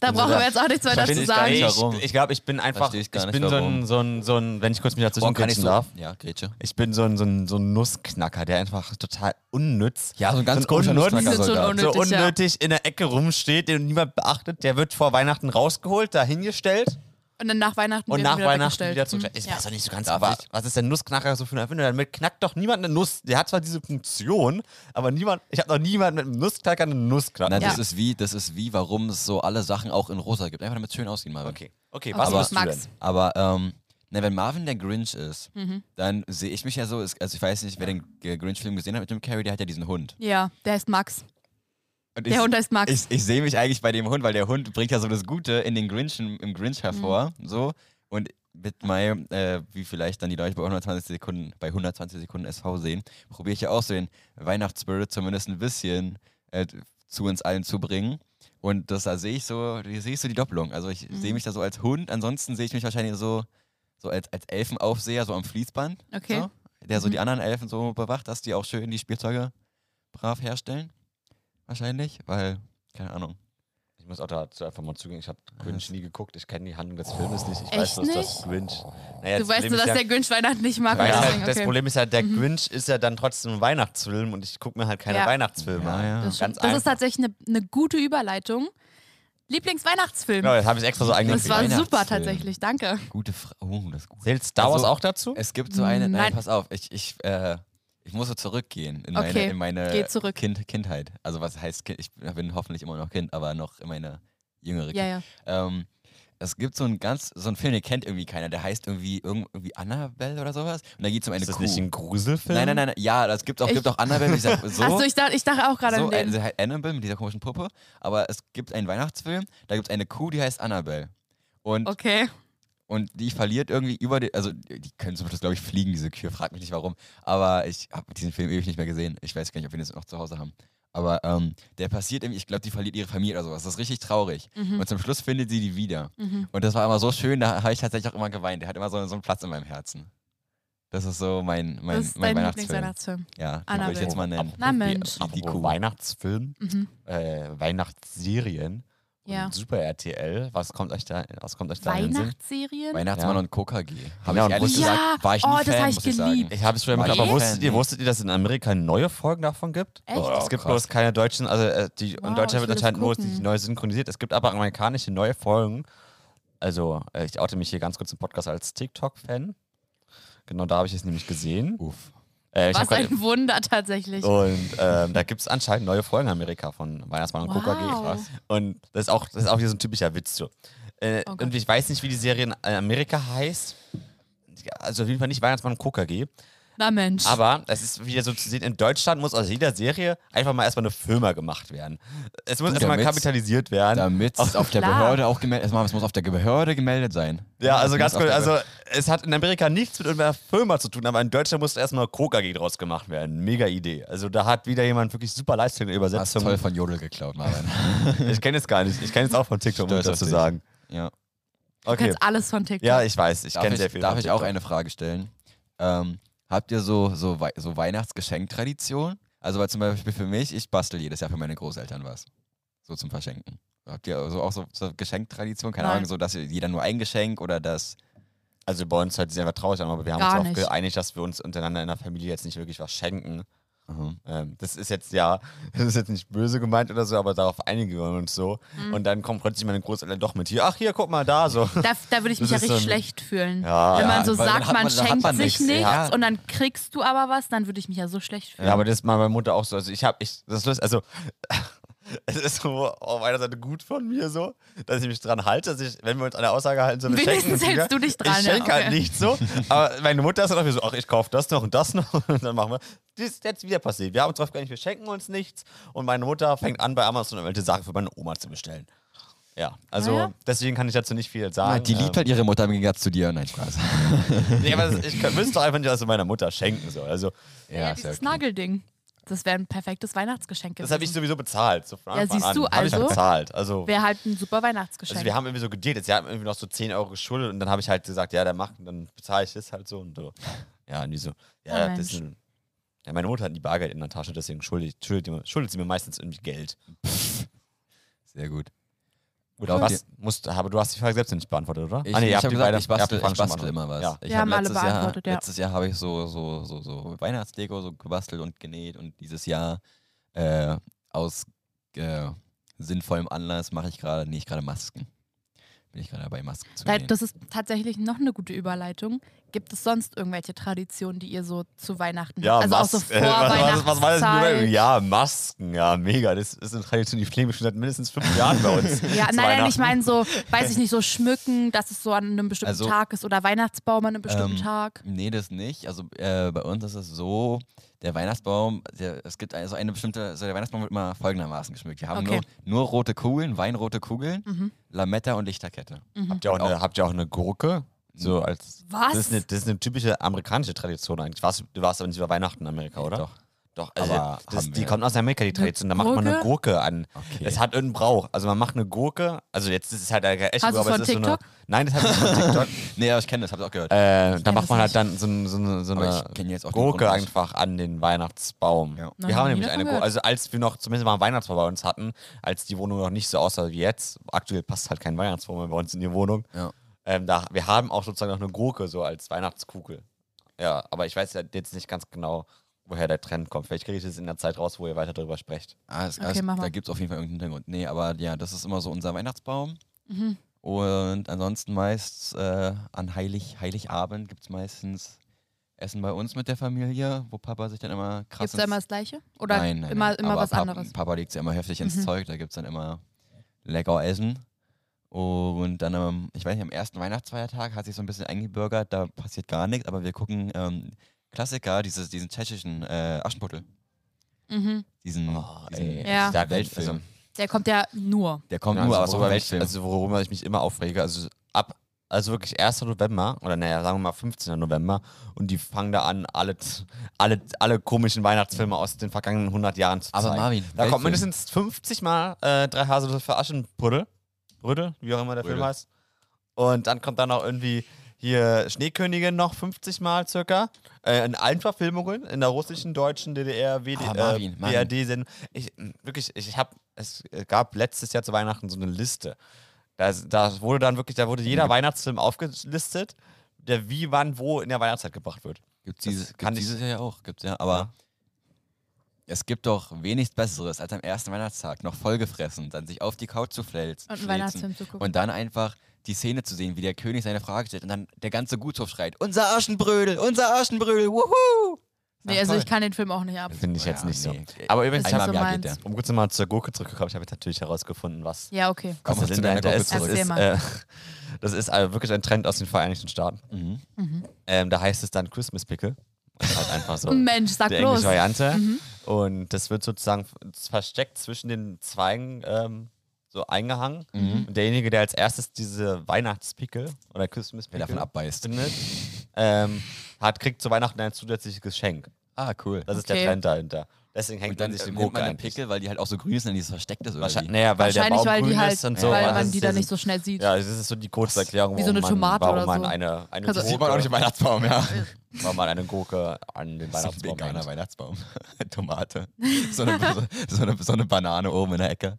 [SPEAKER 2] Da brauchen wir jetzt auch nichts weiter
[SPEAKER 3] Verstehe
[SPEAKER 2] zu
[SPEAKER 3] ich gar
[SPEAKER 2] sagen.
[SPEAKER 3] nicht.
[SPEAKER 1] Ich,
[SPEAKER 3] warum.
[SPEAKER 1] ich glaube, ich bin einfach.
[SPEAKER 3] Versteh
[SPEAKER 1] Ich,
[SPEAKER 3] ich gar nicht,
[SPEAKER 1] bin so ein,
[SPEAKER 3] warum.
[SPEAKER 1] so, ein, so ein, wenn ich kurz mich dazwischen
[SPEAKER 3] Boah, kann ich
[SPEAKER 1] quetschen
[SPEAKER 3] so?
[SPEAKER 1] darf.
[SPEAKER 3] Ja, Grätsche.
[SPEAKER 1] Ich bin so ein, so, ein, so ein Nussknacker, der einfach total unnütz.
[SPEAKER 3] Ja, so ein ganz
[SPEAKER 1] so
[SPEAKER 3] komischer also
[SPEAKER 1] unnütz,
[SPEAKER 3] Nussknacker
[SPEAKER 1] so,
[SPEAKER 2] Soldat.
[SPEAKER 1] unnötig, so
[SPEAKER 2] Unnötig, ja.
[SPEAKER 1] unnötig in der Ecke rumsteht, den niemand beachtet. Der wird vor Weihnachten rausgeholt, dahingestellt
[SPEAKER 2] Und dann nach Weihnachten
[SPEAKER 1] und
[SPEAKER 2] werden
[SPEAKER 1] nach
[SPEAKER 2] wieder Mhm. Hm.
[SPEAKER 1] Weihnachten wieder
[SPEAKER 2] zurück.
[SPEAKER 1] zurückgestellt. Ich weiß doch nicht so ganz,
[SPEAKER 3] Darf
[SPEAKER 1] wa-
[SPEAKER 3] ich?
[SPEAKER 1] was ist denn Nussknacker so für eine Erfindung? Damit knackt doch niemand eine Nuss. Der hat zwar diese Funktion, aber niemand, ich habe noch niemanden mit einem Nussknacker eine Nuss
[SPEAKER 3] Na,
[SPEAKER 1] knacken.
[SPEAKER 3] das,
[SPEAKER 2] Ja.
[SPEAKER 3] ist wie, das ist wie, warum es so alle Sachen auch in rosa gibt. Einfach damit es schön aussieht, Marvin.
[SPEAKER 1] Okay. okay, was
[SPEAKER 2] Aber-
[SPEAKER 1] machst du
[SPEAKER 2] Max.
[SPEAKER 1] denn?
[SPEAKER 3] Aber ähm, na, wenn Marvin der Grinch ist, dann sehe ich mich ja so, es- also ich weiß nicht, wer den G- Grinch-Film gesehen hat mit Jim Carrey, der hat ja diesen Hund.
[SPEAKER 2] Ja, der heißt Max.
[SPEAKER 3] Und
[SPEAKER 2] Der
[SPEAKER 3] ich,
[SPEAKER 2] Hund heißt Max.
[SPEAKER 3] Ich, ich sehe mich eigentlich bei dem Hund, weil der Hund bringt ja so das Gute in den Grinch, im Grinch hervor,
[SPEAKER 2] Mhm.
[SPEAKER 3] so. Und mit meinem, äh, wie vielleicht dann die Leute bei 120 Sekunden, bei 120 Sekunden SV sehen, probiere ich ja auch so den Weihnachtsspirit zumindest ein bisschen äh, zu uns allen zu bringen. Und das, da sehe ich so, da sehe ich so die Doppelung. Also ich
[SPEAKER 2] Mhm.
[SPEAKER 3] sehe mich da so als Hund, ansonsten sehe ich mich wahrscheinlich so, so als, als Elfenaufseher, so am Fließband.
[SPEAKER 2] Okay.
[SPEAKER 3] So, Ne? der so
[SPEAKER 2] Mhm.
[SPEAKER 3] die anderen Elfen so bewacht, dass die auch schön die Spielzeuge brav herstellen. Wahrscheinlich, weil, keine Ahnung.
[SPEAKER 1] Ich muss auch dazu einfach mal zugeben, ich habe Grinch nie geguckt, ich kenne die Handlung des Filmes nicht. Ich
[SPEAKER 2] Oh, Echt
[SPEAKER 1] weiß bloß, dass
[SPEAKER 2] nicht?
[SPEAKER 1] Grinch. Naja,
[SPEAKER 2] du
[SPEAKER 1] das
[SPEAKER 2] weißt
[SPEAKER 1] Problem ist
[SPEAKER 2] nur, dass
[SPEAKER 1] ja-
[SPEAKER 2] der Grinch Weihnachten nicht mag.
[SPEAKER 1] Weil
[SPEAKER 2] deswegen,
[SPEAKER 1] halt, das
[SPEAKER 2] okay. Mhm.
[SPEAKER 1] Problem ist ja, der Grinch ist ja dann trotzdem ein Weihnachtsfilm und ich gucke mir halt keine
[SPEAKER 2] Ja.
[SPEAKER 1] Weihnachtsfilme an.
[SPEAKER 3] Ja, ja.
[SPEAKER 2] Das,
[SPEAKER 1] Ganz
[SPEAKER 2] stimmt. das ist halt-
[SPEAKER 1] einfach.
[SPEAKER 2] tatsächlich eine, eine gute Überleitung. Lieblingsweihnachtsfilm.
[SPEAKER 1] Ja, das habe Genau, ich extra so
[SPEAKER 2] das war
[SPEAKER 1] eingekriegt.
[SPEAKER 2] super
[SPEAKER 3] Weihnachtsfilm.
[SPEAKER 2] tatsächlich, danke.
[SPEAKER 3] Gute Frage. Oh, das ist gut.
[SPEAKER 1] Zählt Star Wars
[SPEAKER 3] Also-
[SPEAKER 1] auch dazu?
[SPEAKER 3] Es gibt so eine. Nein,
[SPEAKER 2] Nein.
[SPEAKER 3] pass auf. Ich, ich, äh, ich muss so zurückgehen in meine,
[SPEAKER 2] Okay,
[SPEAKER 3] in meine
[SPEAKER 2] geh zurück.
[SPEAKER 3] Kind, Kindheit. Also, was heißt Kind? Ich bin hoffentlich immer noch Kind, aber noch in meiner jüngere
[SPEAKER 2] Ja, ja.
[SPEAKER 3] Ähm, es gibt so einen ganz, so einen Film, den kennt irgendwie keiner, der heißt irgendwie, irgend- irgendwie Annabelle oder sowas. Und da geht es um eine
[SPEAKER 1] Ist das
[SPEAKER 3] Kuh.
[SPEAKER 1] nicht ein Gruselfilm?
[SPEAKER 3] nein, nein, nein, nein, ja, es gibt auch,
[SPEAKER 2] Ich-
[SPEAKER 3] gibt auch Annabelle mit
[SPEAKER 2] (laughs)
[SPEAKER 3] dieser so.
[SPEAKER 2] Achso, ich, dacht- ich dachte auch gerade
[SPEAKER 3] so,
[SPEAKER 2] an den.
[SPEAKER 3] also halt Annabelle mit dieser komischen Puppe. Aber es gibt einen Weihnachtsfilm, da gibt es eine Kuh, die heißt Annabelle. Und,
[SPEAKER 2] okay.
[SPEAKER 3] und die verliert irgendwie über die, also die können zum Schluss, glaube ich, fliegen, diese Kühe, frag mich nicht warum. Aber ich habe diesen Film ewig nicht mehr gesehen. Ich weiß gar nicht, ob wir den jetzt noch zu Hause haben. Aber ähm, der passiert irgendwie, ich glaube, die verliert ihre Familie oder sowas. Das ist richtig traurig.
[SPEAKER 2] Mhm.
[SPEAKER 3] Und zum Schluss findet sie die wieder.
[SPEAKER 2] Mhm.
[SPEAKER 3] Und das war immer so schön, da habe ich tatsächlich auch immer geweint. Der hat immer so, so einen Platz in meinem Herzen. Das ist so mein, mein,
[SPEAKER 2] Das ist
[SPEAKER 3] mein
[SPEAKER 2] dein
[SPEAKER 3] Weihnachtsfilm.
[SPEAKER 2] Lieblingsweihnachtsfilm.
[SPEAKER 3] Ja, den
[SPEAKER 2] Annabelle.
[SPEAKER 3] würde ich jetzt mal nennen.
[SPEAKER 2] Na Mensch.
[SPEAKER 3] Die, die
[SPEAKER 1] Apropos
[SPEAKER 3] Kuh.
[SPEAKER 1] Weihnachtsfilm,
[SPEAKER 2] Mhm.
[SPEAKER 1] äh, Weihnachtsserien und
[SPEAKER 2] Ja.
[SPEAKER 1] Super RTL. Was kommt euch da, was kommt euch da in den Sinn?
[SPEAKER 2] Weihnachtsserien?
[SPEAKER 3] Weihnachtsmann
[SPEAKER 1] Ja.
[SPEAKER 3] und Coca-G.
[SPEAKER 1] Genau,
[SPEAKER 3] Habe ich
[SPEAKER 1] und
[SPEAKER 3] ehrlich
[SPEAKER 1] wusste-
[SPEAKER 3] gesagt,
[SPEAKER 2] Ja,
[SPEAKER 3] war ich nie
[SPEAKER 2] oh,
[SPEAKER 3] Fan,
[SPEAKER 2] das hab ich
[SPEAKER 3] muss ich sagen.
[SPEAKER 2] geliebt.
[SPEAKER 1] Ich habe es schon
[SPEAKER 3] War
[SPEAKER 1] damit,
[SPEAKER 3] ich
[SPEAKER 1] aber
[SPEAKER 3] Fan
[SPEAKER 1] wusstet ihr,
[SPEAKER 3] nicht.
[SPEAKER 1] wusstet ihr, dass es in Amerika neue Folgen davon gibt?
[SPEAKER 2] Echt?
[SPEAKER 3] Oh,
[SPEAKER 1] es gibt
[SPEAKER 3] krass.
[SPEAKER 1] bloß keine deutschen, also äh, die, in
[SPEAKER 2] Wow, ich will
[SPEAKER 1] Deutschland wird
[SPEAKER 2] das
[SPEAKER 1] anscheinend nur
[SPEAKER 2] gucken.
[SPEAKER 1] die neu synchronisiert. Es gibt aber amerikanische neue Folgen. Also, äh, ich oute mich hier ganz kurz im Podcast als TikTok-Fan. Genau, da habe ich es nämlich gesehen.
[SPEAKER 3] Uff.
[SPEAKER 1] Äh, ich hab
[SPEAKER 2] Was
[SPEAKER 1] grad-
[SPEAKER 2] ein Wunder tatsächlich.
[SPEAKER 1] und ähm, da gibt es anscheinend neue Folgen in Amerika von Weihnachtsmann und Coca-G.
[SPEAKER 2] Wow.
[SPEAKER 3] krass.
[SPEAKER 1] Und das ist auch, das ist auch hier so ein typischer Witz. So. Äh,
[SPEAKER 2] Oh Gott.
[SPEAKER 1] und ich weiß nicht, wie die Serie in äh, Amerika heißt. Ja, Also auf jeden Fall nicht Weihnachtsmann und Coca-G.
[SPEAKER 2] Na Mensch.
[SPEAKER 1] Aber es ist wieder so zu sehen, in Deutschland muss aus jeder Serie einfach mal erstmal eine Firma gemacht werden. Es muss
[SPEAKER 3] Du,
[SPEAKER 1] erstmal
[SPEAKER 3] damit's-
[SPEAKER 1] kapitalisiert werden.
[SPEAKER 3] Damit es auf der
[SPEAKER 2] Klar.
[SPEAKER 3] Behörde auch gemeldet es muss auf der Behörde gemeldet sein.
[SPEAKER 1] ja, also
[SPEAKER 3] Es
[SPEAKER 1] ganz
[SPEAKER 3] muss auf
[SPEAKER 1] cool.
[SPEAKER 3] der
[SPEAKER 1] Also es hat in Amerika nichts mit irgendeiner Firma zu tun, aber in Deutschland muss erstmal Coca-G draus gemacht werden. Mega Idee. Also da hat wieder jemand wirklich super Leistung in der
[SPEAKER 3] Hast
[SPEAKER 1] Übersetzung. (laughs)
[SPEAKER 3] toll von Jodel geklaut, Marvin.
[SPEAKER 1] Ich kenne es gar nicht. Ich kenne es auch von TikTok, muss ich
[SPEAKER 3] Stolz auf
[SPEAKER 1] dazu
[SPEAKER 3] dich.
[SPEAKER 1] sagen.
[SPEAKER 3] ja.
[SPEAKER 2] Du
[SPEAKER 1] Okay.
[SPEAKER 2] kennst alles von TikTok.
[SPEAKER 1] Ja, ich weiß. (laughs) Ich
[SPEAKER 3] Darf
[SPEAKER 1] kenne sehr viel.
[SPEAKER 3] Darf
[SPEAKER 1] von
[SPEAKER 3] ich auch
[SPEAKER 1] TikTok.
[SPEAKER 3] eine Frage stellen? Ähm, habt ihr so, so, Wei- so Weihnachtsgeschenktradition? Also weil zum Beispiel für mich, ich bastel jedes Jahr für meine Großeltern was. So zum Verschenken. Habt ihr also auch so, so Geschenktradition? Keine
[SPEAKER 2] Nein.
[SPEAKER 3] Ahnung, so dass jeder nur ein Geschenk oder das.
[SPEAKER 1] Also bei uns hört sich einfach traurig an, aber wir haben
[SPEAKER 2] Gar
[SPEAKER 1] uns darauf
[SPEAKER 2] nicht.
[SPEAKER 1] geeinigt, dass wir uns untereinander in der Familie jetzt nicht wirklich was schenken.
[SPEAKER 3] Mhm.
[SPEAKER 1] Ähm, das ist jetzt ja, (laughs) das ist jetzt nicht böse gemeint oder so, aber darauf einigen wir uns so. Und dann kommen plötzlich meine Großeltern doch mit hier, ach hier, guck mal da so.
[SPEAKER 2] Da, da würde ich mich ja
[SPEAKER 1] Das ist
[SPEAKER 2] richtig
[SPEAKER 1] so ein-
[SPEAKER 2] schlecht fühlen.
[SPEAKER 1] Ja,
[SPEAKER 2] Wenn man
[SPEAKER 3] ja,
[SPEAKER 2] so
[SPEAKER 3] weil dann
[SPEAKER 2] sagt,
[SPEAKER 3] hat
[SPEAKER 2] man,
[SPEAKER 3] man- dann hat
[SPEAKER 2] schenkt
[SPEAKER 3] man
[SPEAKER 2] sich
[SPEAKER 3] nichts,
[SPEAKER 2] nichts
[SPEAKER 3] ja.
[SPEAKER 2] und dann kriegst du aber was, dann würde ich mich ja so schlecht fühlen.
[SPEAKER 1] Ja, aber das ist mal bei Mutter auch so. Also ich habe, ich, das ist, also (laughs) es ist so auf einer Seite gut von mir so, dass ich mich dran halte, dass ich, wenn wir uns an der Aussage halten, so wir
[SPEAKER 2] Wenigstens
[SPEAKER 1] schenken
[SPEAKER 2] (laughs)
[SPEAKER 1] uns
[SPEAKER 2] hältst
[SPEAKER 1] wieder.
[SPEAKER 2] du dich dran,
[SPEAKER 1] Ich
[SPEAKER 2] ja,
[SPEAKER 1] schenke halt
[SPEAKER 2] okay.
[SPEAKER 1] nicht so, aber meine Mutter ist dann auch wieder so, ach ich kaufe das noch und das noch (laughs) und dann machen wir. Das ist jetzt wieder passiert. Wir haben uns drauf geeinigt, wir schenken uns nichts und meine Mutter fängt an bei Amazon irgendwelche Sachen für meine Oma zu bestellen. Ja, also
[SPEAKER 2] Naja.
[SPEAKER 1] deswegen kann ich dazu nicht viel sagen.
[SPEAKER 3] Ah, die liebt halt ihre Mutter im Gegensatz zu dir. Nein, Spaß.
[SPEAKER 1] Ähm, nee, aber das, ich kann- wüsste doch einfach nicht, was ich meiner Mutter schenken soll. Also
[SPEAKER 2] Ja, dieses Nagelding. Das wäre ein perfektes Weihnachtsgeschenk
[SPEAKER 1] das habe ich
[SPEAKER 2] gewesen.
[SPEAKER 1] sowieso bezahlt. So von
[SPEAKER 2] Ja,
[SPEAKER 1] Anfang
[SPEAKER 2] siehst
[SPEAKER 1] an.
[SPEAKER 2] du,
[SPEAKER 1] Hab ich
[SPEAKER 2] also-
[SPEAKER 1] bezahlt. Also
[SPEAKER 2] Wäre halt ein super Weihnachtsgeschenk.
[SPEAKER 1] Also wir haben irgendwie so gedealt. Sie haben irgendwie noch so 10 Euro geschuldet und dann habe ich halt gesagt, ja, der macht, und dann bezahle ich das halt so und so. Ja, und die so, ja,
[SPEAKER 2] Oh,
[SPEAKER 1] das ist ein, ja, meine Mutter hat nie Bargeld in der Tasche, deswegen schuldet, schuldet, die mir- schuldet sie mir meistens irgendwie Geld.
[SPEAKER 3] Sehr gut.
[SPEAKER 1] Oder
[SPEAKER 3] Glaubt
[SPEAKER 1] was? Musst, aber du hast die Frage selbst nicht beantwortet, oder?
[SPEAKER 3] Ich,
[SPEAKER 1] Ah, nee, ihr
[SPEAKER 3] ich
[SPEAKER 1] habt
[SPEAKER 3] habe
[SPEAKER 1] die
[SPEAKER 3] gesagt,
[SPEAKER 1] beide-
[SPEAKER 3] ich bastel,
[SPEAKER 1] ihr habt die
[SPEAKER 3] ich
[SPEAKER 1] Fragen schon
[SPEAKER 3] bastel immer was.
[SPEAKER 1] beantwortet.
[SPEAKER 3] Ich
[SPEAKER 2] Wir haben alle beantwortet,
[SPEAKER 3] Jahr,
[SPEAKER 2] ja.
[SPEAKER 3] Letztes Jahr habe ich so, so, so, so Weihnachtsdeko so gebastelt und genäht und dieses Jahr äh, aus äh, sinnvollem Anlass mache ich gerade, nähe ich gerade Masken. Bin ich gerade dabei, Masken zu
[SPEAKER 2] Da-
[SPEAKER 3] nähen.
[SPEAKER 2] Das ist tatsächlich noch eine gute Überleitung. Gibt es sonst irgendwelche Traditionen, die ihr so zu Weihnachten
[SPEAKER 1] Ja,
[SPEAKER 2] habt? Also
[SPEAKER 1] Mas-
[SPEAKER 2] auch so vor
[SPEAKER 1] äh, (laughs) was, was, was war das?
[SPEAKER 2] Weihnachtszeit.
[SPEAKER 1] Ja, Masken, ja, mega. Das ist eine Tradition, die pflegen wir schon seit mindestens fünf Jahren bei uns. Zu
[SPEAKER 2] Ja, nein, nein, ich
[SPEAKER 1] Weihnachten. (laughs)
[SPEAKER 2] meine so, weiß ich nicht, so schmücken, dass es so an einem bestimmten
[SPEAKER 3] Also,
[SPEAKER 2] Tag ist oder Weihnachtsbaum an einem bestimmten
[SPEAKER 3] ähm,
[SPEAKER 2] Tag.
[SPEAKER 3] Nee, das nicht. Also äh, bei uns ist es so, der Weihnachtsbaum, der, es gibt also eine bestimmte, also der Weihnachtsbaum wird immer folgendermaßen geschmückt. Wir haben
[SPEAKER 2] Okay.
[SPEAKER 3] nur, nur rote Kugeln, weinrote Kugeln,
[SPEAKER 2] Mhm.
[SPEAKER 3] Lametta und Lichterkette.
[SPEAKER 1] Habt ihr auch eine, habt ihr auch eine Gurke? So als
[SPEAKER 2] Was?
[SPEAKER 1] Das ist, eine, das ist eine typische amerikanische Tradition eigentlich. Warst, du warst aber nicht über Weihnachten in Amerika, oder?
[SPEAKER 3] Doch.
[SPEAKER 1] Doch, also
[SPEAKER 3] Aber
[SPEAKER 1] das,
[SPEAKER 3] haben
[SPEAKER 1] die
[SPEAKER 3] wir-
[SPEAKER 1] kommt aus Amerika, die
[SPEAKER 2] Eine
[SPEAKER 1] Tradition. Da macht man eine Gurke an.
[SPEAKER 3] Okay.
[SPEAKER 1] Es hat irgendeinen Brauch. Also man macht eine Gurke. Also jetzt ist es halt echt
[SPEAKER 2] Hast du es
[SPEAKER 1] aber es
[SPEAKER 2] von
[SPEAKER 1] ist so eine.
[SPEAKER 2] TikTok?
[SPEAKER 1] Nein, das hat ich von TikTok.
[SPEAKER 3] nee, aber ich kenne das, hab's auch gehört.
[SPEAKER 1] Äh, da
[SPEAKER 2] kenn
[SPEAKER 1] macht
[SPEAKER 2] das
[SPEAKER 1] man halt
[SPEAKER 2] nicht.
[SPEAKER 1] dann so, ein- so, eine- so
[SPEAKER 3] Aber
[SPEAKER 1] eine
[SPEAKER 3] ich kenn jetzt auch den
[SPEAKER 1] Gurke
[SPEAKER 3] Grund nicht.
[SPEAKER 1] einfach an den Weihnachtsbaum.
[SPEAKER 3] Ja.
[SPEAKER 2] Noch
[SPEAKER 1] Wir haben
[SPEAKER 2] nie
[SPEAKER 1] nämlich
[SPEAKER 2] davon
[SPEAKER 1] eine Gurke.
[SPEAKER 2] gehört.
[SPEAKER 1] Also als wir noch zumindest mal einen Weihnachtsbaum bei uns hatten, als die Wohnung noch nicht so aussah wie jetzt, aktuell passt halt kein Weihnachtsbaum mehr bei uns in die Wohnung.
[SPEAKER 3] Ja.
[SPEAKER 1] Ähm, da, wir haben auch sozusagen noch eine Gurke so als Weihnachtskugel. Ja, aber ich weiß ja jetzt nicht ganz genau, woher der Trend kommt. Vielleicht kriege ich das in der Zeit raus, wo ihr weiter darüber sprecht.
[SPEAKER 3] Ah, es,
[SPEAKER 2] Okay,
[SPEAKER 3] es,
[SPEAKER 2] mach
[SPEAKER 3] da
[SPEAKER 2] mal.
[SPEAKER 3] gibt es auf jeden Fall irgendeinen Hintergrund. Nee, aber ja, das ist immer so unser Weihnachtsbaum.
[SPEAKER 2] Mhm.
[SPEAKER 3] Und ansonsten meist äh, an Heilig, Heiligabend gibt es meistens Essen bei uns mit der Familie, wo Papa sich dann immer krass.
[SPEAKER 2] Gibt es immer
[SPEAKER 3] ins-
[SPEAKER 2] das Gleiche? Oder
[SPEAKER 3] nein, nein,
[SPEAKER 2] immer,
[SPEAKER 3] nein.
[SPEAKER 2] immer
[SPEAKER 3] aber
[SPEAKER 2] was
[SPEAKER 3] Pap-
[SPEAKER 2] anderes?
[SPEAKER 3] Papa legt ja immer heftig ins
[SPEAKER 2] Mhm.
[SPEAKER 3] Zeug, da gibt es dann immer lecker Essen. Und dann, am, ich weiß nicht, am ersten Weihnachtsfeiertag hat sich so ein bisschen eingebürgert, da passiert gar nichts, aber wir gucken ähm, Klassiker, dieses, diesen tschechischen äh, Aschenputtel.
[SPEAKER 2] Mhm.
[SPEAKER 3] Diesen, diesen also
[SPEAKER 2] ey. Ja.
[SPEAKER 1] Der
[SPEAKER 3] Weltfilm.
[SPEAKER 1] Oh, Weltfilm.
[SPEAKER 2] Der kommt ja nur.
[SPEAKER 3] Der kommt
[SPEAKER 1] Ja,
[SPEAKER 3] nur
[SPEAKER 1] also
[SPEAKER 3] aus
[SPEAKER 1] worüber
[SPEAKER 3] dem
[SPEAKER 1] ich,
[SPEAKER 3] Weltfilm.
[SPEAKER 1] also worüber ich mich immer aufrege, also ab, also wirklich 1. November oder naja, sagen wir mal 15. November und die fangen da an, alle, alle, alle komischen Weihnachtsfilme aus den vergangenen 100 Jahren zu
[SPEAKER 3] Aber
[SPEAKER 1] zeigen.
[SPEAKER 3] Marvin,
[SPEAKER 1] da
[SPEAKER 3] Weltfilm.
[SPEAKER 1] kommt mindestens 50 Mal äh, drei Haselnüsse für Aschenbrödel, Brödel, wie auch immer der Film
[SPEAKER 3] Brödel.
[SPEAKER 1] heißt. Und dann kommt dann auch irgendwie hier Schneekönigin noch 50 Mal circa. Äh, in allen Verfilmungen, in der russischen, deutschen, DDR, WD,
[SPEAKER 3] Ah, Marvin,
[SPEAKER 1] äh,
[SPEAKER 3] Marvin.
[SPEAKER 1] BRD sind. Ich, m, wirklich, ich habe, es gab letztes Jahr zu Weihnachten so eine Liste. Da, da wurde dann wirklich, da wurde
[SPEAKER 3] (laughs)
[SPEAKER 1] jeder Weihnachtsfilm aufgelistet, der wie, wann, wo in der Weihnachtszeit gebracht wird.
[SPEAKER 3] Gibt's
[SPEAKER 1] Das
[SPEAKER 3] dieses,
[SPEAKER 1] kann
[SPEAKER 3] gibt's
[SPEAKER 1] ich-
[SPEAKER 3] dieses Jahr ja auch, gibt's ja, aber
[SPEAKER 1] Ja.
[SPEAKER 3] es gibt doch wenigstens Besseres, als am ersten Weihnachtstag noch vollgefressen, dann sich auf die Couch zu flälzen
[SPEAKER 2] Und einen
[SPEAKER 3] fläzen
[SPEAKER 2] Weihnachtsfilm zu gucken.
[SPEAKER 3] und dann einfach die Szene zu sehen, wie der König seine Frage stellt und dann der ganze Gutshof schreit, unser Aschenbrödel, unser Aschenbrödel, wuhu!
[SPEAKER 2] Nee,
[SPEAKER 3] Ach,
[SPEAKER 2] also
[SPEAKER 3] toll.
[SPEAKER 2] ich kann den Film auch nicht ab.
[SPEAKER 1] Finde ich
[SPEAKER 3] Ja,
[SPEAKER 1] jetzt nicht
[SPEAKER 3] nee. äh, Also,
[SPEAKER 1] so. Aber übrigens,
[SPEAKER 2] Ist
[SPEAKER 1] ich
[SPEAKER 2] das
[SPEAKER 1] hab,
[SPEAKER 2] so
[SPEAKER 3] Einmal im Jahr
[SPEAKER 2] meins?
[SPEAKER 3] geht der.
[SPEAKER 1] um kurz nochmal zur Gurke zurückgekommen, ich habe jetzt natürlich herausgefunden, was
[SPEAKER 2] Ja, okay.
[SPEAKER 3] Komm,
[SPEAKER 1] was
[SPEAKER 3] zu
[SPEAKER 1] der Sinn
[SPEAKER 3] deiner
[SPEAKER 1] dahinter
[SPEAKER 3] Gurke
[SPEAKER 1] ist, das
[SPEAKER 2] zurück.
[SPEAKER 1] ist,
[SPEAKER 2] Erzähl
[SPEAKER 1] äh, (laughs) das ist äh, wirklich ein Trend aus den Vereinigten Staaten.
[SPEAKER 3] Mhm.
[SPEAKER 1] Ähm, da heißt es dann Christmas Pickle. Das ist halt einfach
[SPEAKER 2] (laughs)
[SPEAKER 1] so
[SPEAKER 2] Mensch, sag
[SPEAKER 1] die
[SPEAKER 2] bloß.
[SPEAKER 1] englische Variante.
[SPEAKER 2] Mhm.
[SPEAKER 1] Und das wird sozusagen f- versteckt zwischen den Zweigen ähm, so eingehangen.
[SPEAKER 3] Mhm.
[SPEAKER 1] Und derjenige, der als erstes diese Weihnachtspickel oder Christmas
[SPEAKER 3] Wer
[SPEAKER 1] Pickle
[SPEAKER 3] davon abbeißt.
[SPEAKER 1] findet, ähm, hat, kriegt zu Weihnachten ein zusätzliches Geschenk.
[SPEAKER 3] Ah, cool.
[SPEAKER 1] Das ist
[SPEAKER 2] Okay.
[SPEAKER 1] der Trend dahinter. Deswegen hängt
[SPEAKER 3] Und dann äh,
[SPEAKER 1] man sich die
[SPEAKER 3] nimmt man
[SPEAKER 1] Gurke
[SPEAKER 3] eine
[SPEAKER 1] ein.
[SPEAKER 3] Pickel, weil die halt auch so grün sind, dann dieses versteckt ist oder
[SPEAKER 1] Wahrscheinlich,
[SPEAKER 3] wie?
[SPEAKER 1] naja, weil der
[SPEAKER 2] Wahrscheinlich,
[SPEAKER 1] Baum
[SPEAKER 2] weil
[SPEAKER 1] grün
[SPEAKER 2] die halt,
[SPEAKER 1] ist und so.
[SPEAKER 2] weil
[SPEAKER 1] aber
[SPEAKER 2] man
[SPEAKER 1] das
[SPEAKER 2] die
[SPEAKER 1] ist
[SPEAKER 2] dann
[SPEAKER 1] dieses-
[SPEAKER 2] nicht so schnell sieht.
[SPEAKER 1] Ja, das ist so die Kurzerklärung,
[SPEAKER 2] Wie so
[SPEAKER 1] warum,
[SPEAKER 2] eine
[SPEAKER 1] man,
[SPEAKER 2] Tomate
[SPEAKER 1] warum
[SPEAKER 2] oder
[SPEAKER 1] man
[SPEAKER 2] so.
[SPEAKER 1] eine, eine
[SPEAKER 2] Also-
[SPEAKER 1] Gurke,
[SPEAKER 3] Sieht man auch nicht im Weihnachtsbaum, ja.
[SPEAKER 1] warum man eine Gurke an den
[SPEAKER 3] Das ist ein
[SPEAKER 1] Weihnachtsbaum
[SPEAKER 3] veganer
[SPEAKER 1] hängt.
[SPEAKER 3] Weihnachtsbaum. (laughs) Tomate. So eine, so, eine, so eine Banane oben in der Ecke.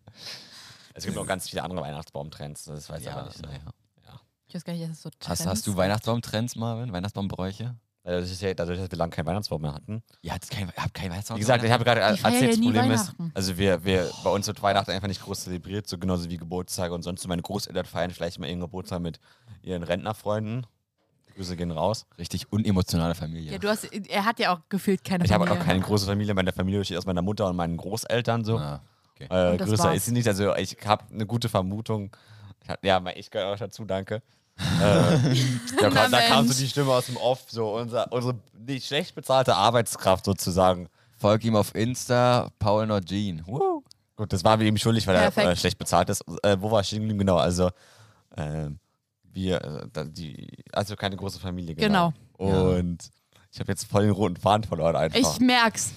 [SPEAKER 1] Es gibt noch ganz viele andere Weihnachtsbaumtrends, das weiß ich aber nicht. so.
[SPEAKER 3] naja.
[SPEAKER 2] Ich weiß gar nicht, das ist so
[SPEAKER 3] Hast,
[SPEAKER 2] Trends.
[SPEAKER 3] hast du Weihnachtsbaumtrends, Marvin? Weihnachtsbaumbräuche?
[SPEAKER 1] Dadurch, dass wir- dadurch, dass wir lange keinen Weihnachtsbaum mehr hatten.
[SPEAKER 3] Ihr habt keinen kein Weihnachtsbaum.
[SPEAKER 1] Wie gesagt, ich habe gerade
[SPEAKER 2] Ich feier
[SPEAKER 1] erzählt, das
[SPEAKER 2] ja nie
[SPEAKER 1] Problem ist,
[SPEAKER 2] Weihnachten.
[SPEAKER 1] also wir, wir, bei uns wird Weihnachten einfach nicht groß zelebriert, so genauso wie Geburtstage und sonst. Meine Großeltern feiern vielleicht mal ihren Geburtstag mit ihren Rentnerfreunden. Grüße gehen raus.
[SPEAKER 3] richtig unemotionale Familie.
[SPEAKER 2] Ja, du hast, er hat ja auch gefühlt keine
[SPEAKER 1] Ich habe auch
[SPEAKER 2] Familie.
[SPEAKER 1] keine große Familie. Meine Familie besteht aus meiner Mutter und meinen Großeltern so.
[SPEAKER 3] Ah,
[SPEAKER 1] Äh,
[SPEAKER 2] Und das
[SPEAKER 1] größer
[SPEAKER 2] war's.
[SPEAKER 1] ist sie nicht. Also ich habe eine gute Vermutung. Ich hab, ja, mein- ich gehöre auch dazu,
[SPEAKER 2] (laughs)
[SPEAKER 1] danke. äh, da,
[SPEAKER 2] Na
[SPEAKER 1] kam, da kam so
[SPEAKER 2] Mensch.
[SPEAKER 1] die Stimme aus dem Off, so unser, unsere nicht schlecht bezahlte Arbeitskraft sozusagen.
[SPEAKER 3] Folg ihm auf Insta, Paul Nordjean. Woo.
[SPEAKER 1] Gut, das waren wir ihm schuldig, weil er
[SPEAKER 2] Perfekt.
[SPEAKER 1] äh, schlecht bezahlt ist. Äh, wo war ich stehen geblieben? Genau, also ähm, wir, äh, da- die, also keine große Familie, genau.
[SPEAKER 3] Genau. Ja.
[SPEAKER 1] Und ich habe jetzt voll den roten Faden verloren einfach.
[SPEAKER 2] Ich merk's.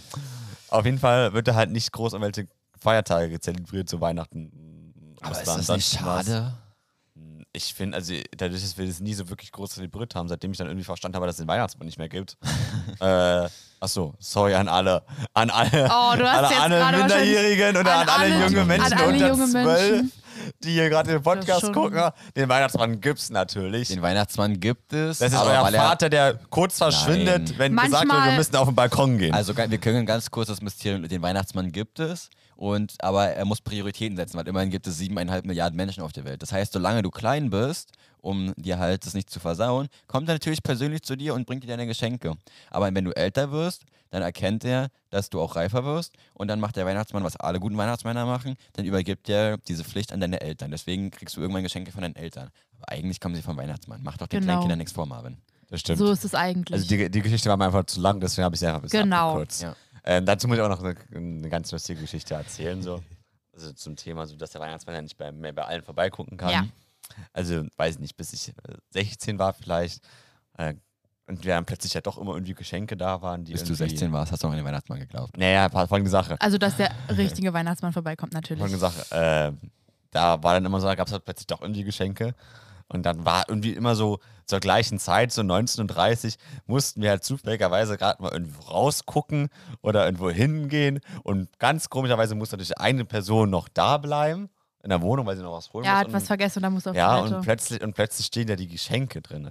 [SPEAKER 1] Auf jeden Fall wird da halt nicht groß um welche Feiertage gezelebriert, zu Weihnachten.
[SPEAKER 3] Aber ist
[SPEAKER 1] Ostern,
[SPEAKER 3] das nicht
[SPEAKER 1] sonst was.
[SPEAKER 3] schade?
[SPEAKER 1] Ich finde, also dadurch, dass wir das nie so wirklich groß zelebriert haben, seitdem ich dann irgendwie verstanden habe, dass es den Weihnachtsmann nicht mehr
[SPEAKER 3] (laughs)
[SPEAKER 1] gibt. äh, achso, sorry an alle. An alle,
[SPEAKER 2] Oh, du hast
[SPEAKER 1] alle,
[SPEAKER 2] jetzt
[SPEAKER 1] alle
[SPEAKER 2] gerade wahrscheinlich-
[SPEAKER 1] Minderjährigen und
[SPEAKER 2] an
[SPEAKER 1] an, alle,
[SPEAKER 2] alle-
[SPEAKER 1] junge
[SPEAKER 3] an
[SPEAKER 1] Menschen
[SPEAKER 2] alle
[SPEAKER 1] unter
[SPEAKER 2] junge
[SPEAKER 1] zwölf,
[SPEAKER 2] Menschen.
[SPEAKER 1] die hier gerade den
[SPEAKER 2] Das
[SPEAKER 1] Podcast
[SPEAKER 2] schon.
[SPEAKER 1] gucken. Den Weihnachtsmann gibt's natürlich.
[SPEAKER 3] Den Weihnachtsmann gibt es.
[SPEAKER 1] das ist
[SPEAKER 3] aber
[SPEAKER 1] euer
[SPEAKER 3] weil er-
[SPEAKER 1] Vater, der kurz verschwindet, wenn gesagt wird, wir
[SPEAKER 2] Manchmal-
[SPEAKER 1] müssen auf den Balkon gehen.
[SPEAKER 3] Also ge- wir können ganz kurz das Mysterium, den Weihnachtsmann gibt es, und, aber er muss Prioritäten setzen, weil immerhin gibt es siebeneinhalb Milliarden Menschen auf der Welt. Das heißt, solange du klein bist, um dir halt das nicht zu versauen, kommt er natürlich persönlich zu dir und bringt dir deine Geschenke. Aber wenn du älter wirst, dann erkennt er, dass du auch reifer wirst und dann macht der Weihnachtsmann, was alle guten Weihnachtsmänner machen, dann übergibt er diese Pflicht an deine Eltern. Deswegen kriegst du irgendwann Geschenke von deinen Eltern. Aber eigentlich kommen sie vom Weihnachtsmann. Mach doch den
[SPEAKER 2] Genau.
[SPEAKER 3] kleinen Kindern nichts vor, Marvin.
[SPEAKER 1] das stimmt.
[SPEAKER 2] So ist es eigentlich.
[SPEAKER 1] Also die, die Geschichte war mir einfach zu lang, deswegen habe ich sie einfach ein bisschen
[SPEAKER 2] Genau.
[SPEAKER 1] abgekürzt.
[SPEAKER 3] Ja.
[SPEAKER 1] Ähm, dazu muss ich auch noch eine, eine ganz lustige Geschichte erzählen, so. Also zum Thema, so dass der Weihnachtsmann ja nicht bei, mehr bei allen vorbeigucken kann.
[SPEAKER 2] Ja.
[SPEAKER 1] Also, weiß nicht, bis ich äh, 16 war vielleicht, äh, Und wir haben plötzlich ja doch immer irgendwie Geschenke da waren, die
[SPEAKER 3] Bis du
[SPEAKER 1] irgendwie-
[SPEAKER 3] 16 warst, hast du noch an den Weihnachtsmann geglaubt.
[SPEAKER 1] Naja, war folgende Sache.
[SPEAKER 2] Also, dass der richtige Weihnachtsmann vorbeikommt, natürlich.
[SPEAKER 1] Folgende Sache. ähm, da war dann immer so, da gab es halt plötzlich doch irgendwie Geschenke. Und dann war irgendwie immer so zur gleichen Zeit, so 19.30 mussten wir halt zufälligerweise gerade mal irgendwo rausgucken oder irgendwo hingehen. Und ganz komischerweise muss natürlich eine Person noch da bleiben, in der Wohnung, weil sie noch was holen
[SPEAKER 2] Er
[SPEAKER 1] muss.
[SPEAKER 2] hat
[SPEAKER 1] Und-
[SPEAKER 2] was vergessen und dann muss er auf
[SPEAKER 1] ja,
[SPEAKER 2] die
[SPEAKER 1] und
[SPEAKER 2] Toilette.
[SPEAKER 1] plötzlich, und plötzlich stehen ja die Geschenke drin.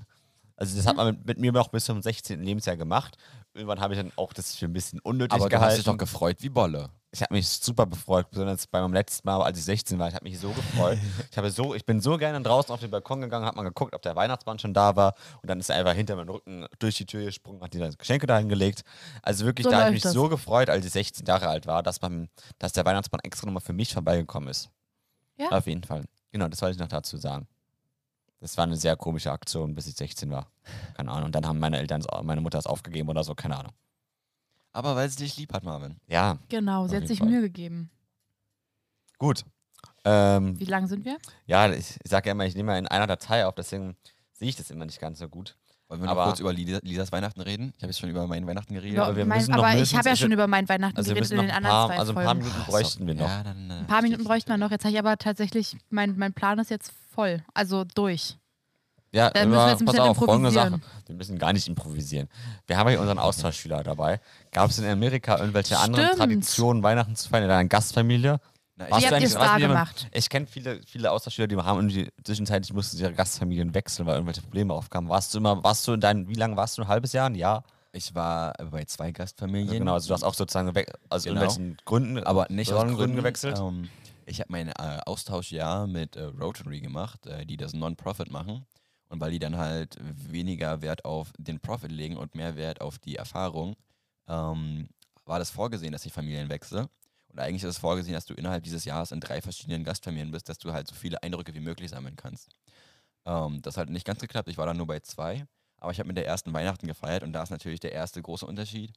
[SPEAKER 1] Also das hat
[SPEAKER 2] Mhm.
[SPEAKER 1] man mit, mit mir noch bis zum 16. Lebensjahr gemacht. Irgendwann habe ich dann auch das für ein bisschen unnötig
[SPEAKER 3] Aber du
[SPEAKER 1] gehalten.
[SPEAKER 3] hast dich doch gefreut wie Bolle.
[SPEAKER 1] ich habe mich super gefreut, besonders bei meinem letzten Mal, als ich 16 war. Ich habe mich so
[SPEAKER 2] (laughs)
[SPEAKER 1] gefreut. Ich, habe so, ich bin so gerne draußen auf den Balkon gegangen, habe mal geguckt, ob der Weihnachtsmann schon da war. Und dann ist er einfach hinter meinem Rücken durch die Tür gesprungen, hat die dann Geschenke dahin gelegt. Also wirklich,
[SPEAKER 2] So
[SPEAKER 1] da habe ich
[SPEAKER 2] läuft
[SPEAKER 1] mich
[SPEAKER 2] das.
[SPEAKER 1] so gefreut, als ich 16 Jahre alt war, dass, man, dass der Weihnachtsmann extra nochmal für mich vorbeigekommen ist.
[SPEAKER 2] Ja.
[SPEAKER 1] Auf jeden Fall. Genau, das wollte ich noch dazu sagen. Das war eine sehr komische Aktion, bis ich 16 war. Keine Ahnung. Und dann haben meine Eltern, meine Mutter es aufgegeben oder so, keine Ahnung.
[SPEAKER 3] Aber weil sie dich lieb hat, Marvin.
[SPEAKER 1] Ja,
[SPEAKER 2] Genau,
[SPEAKER 1] Auf
[SPEAKER 2] sie hat
[SPEAKER 1] jeden
[SPEAKER 2] sich
[SPEAKER 1] Fall.
[SPEAKER 2] Mühe gegeben.
[SPEAKER 1] gut. Ähm,
[SPEAKER 2] Wie lang sind wir?
[SPEAKER 1] Ja, ich, ich sage ja immer, ich nehme ja in einer Datei auf, deswegen sehe ich das immer nicht ganz so gut.
[SPEAKER 3] Wollen wir noch
[SPEAKER 1] Aber-
[SPEAKER 3] kurz über Lisa, Lisas Weihnachten reden? Ich habe jetzt schon über meinen Weihnachten geredet.
[SPEAKER 1] aber Ja, wir müssen noch
[SPEAKER 2] aber ich
[SPEAKER 1] mindestens-
[SPEAKER 2] habe ja
[SPEAKER 1] ich-
[SPEAKER 2] schon über mein Weihnachten
[SPEAKER 1] Also wir
[SPEAKER 2] geredet
[SPEAKER 1] müssen
[SPEAKER 2] in
[SPEAKER 1] noch ein
[SPEAKER 2] den anderen
[SPEAKER 1] paar,
[SPEAKER 2] zwei
[SPEAKER 1] also ein paar
[SPEAKER 2] Folgen.
[SPEAKER 1] Minuten
[SPEAKER 3] Ach so,
[SPEAKER 1] bräuchten wir noch.
[SPEAKER 3] ja, dann, äh,
[SPEAKER 2] ein paar Minuten
[SPEAKER 3] stimmt.
[SPEAKER 2] bräuchten wir noch. Jetzt habe ich aber tatsächlich, mein, mein Plan ist jetzt voll. Also durch.
[SPEAKER 1] Ja,
[SPEAKER 2] Dann müssen wir jetzt ein bisschen improvisieren.
[SPEAKER 1] Wir müssen gar nicht improvisieren. Wir haben ja unseren Austauschschüler dabei. Gab es in Amerika irgendwelche anderen
[SPEAKER 2] Stimmt.
[SPEAKER 1] Traditionen, Weihnachten zu feiern in deiner Gastfamilie? Warst
[SPEAKER 3] Na,
[SPEAKER 2] Wie
[SPEAKER 1] du
[SPEAKER 2] habt ihr
[SPEAKER 1] eigentlich-
[SPEAKER 2] es
[SPEAKER 1] warst
[SPEAKER 2] da
[SPEAKER 1] du jemand-
[SPEAKER 2] gemacht?
[SPEAKER 1] Ich kenne viele, viele Austauschschüler, die haben irgendwie zwischenzeitlich mussten sie ihre Gastfamilien wechseln, weil irgendwelche Probleme aufkamen. Warst du immer, warst du in deinem, wie lange warst du, ein halbes Jahr, ein Jahr?
[SPEAKER 3] Ich war bei zwei Gastfamilien.
[SPEAKER 1] Also genau, also du hast auch sozusagen we- aus
[SPEAKER 3] Genau.
[SPEAKER 1] irgendwelchen Gründen,
[SPEAKER 3] aber nicht aus
[SPEAKER 1] besonderen
[SPEAKER 3] Gründen
[SPEAKER 1] gewechselt.
[SPEAKER 3] Ähm, ich habe mein äh, Austauschjahr mit äh, Rotary gemacht, äh, die das Non-Profit machen. Und weil die dann halt weniger Wert auf den Profit legen und mehr Wert auf die Erfahrung, ähm, war das vorgesehen, dass ich Familien wechsle. Und eigentlich ist es vorgesehen, dass du innerhalb dieses Jahres in drei verschiedenen Gastfamilien bist, dass du halt so viele Eindrücke wie möglich sammeln kannst. Ähm, das hat nicht ganz geklappt. Ich war dann nur bei zwei. Aber ich habe mit der ersten Weihnachten gefeiert und da ist natürlich der erste große Unterschied.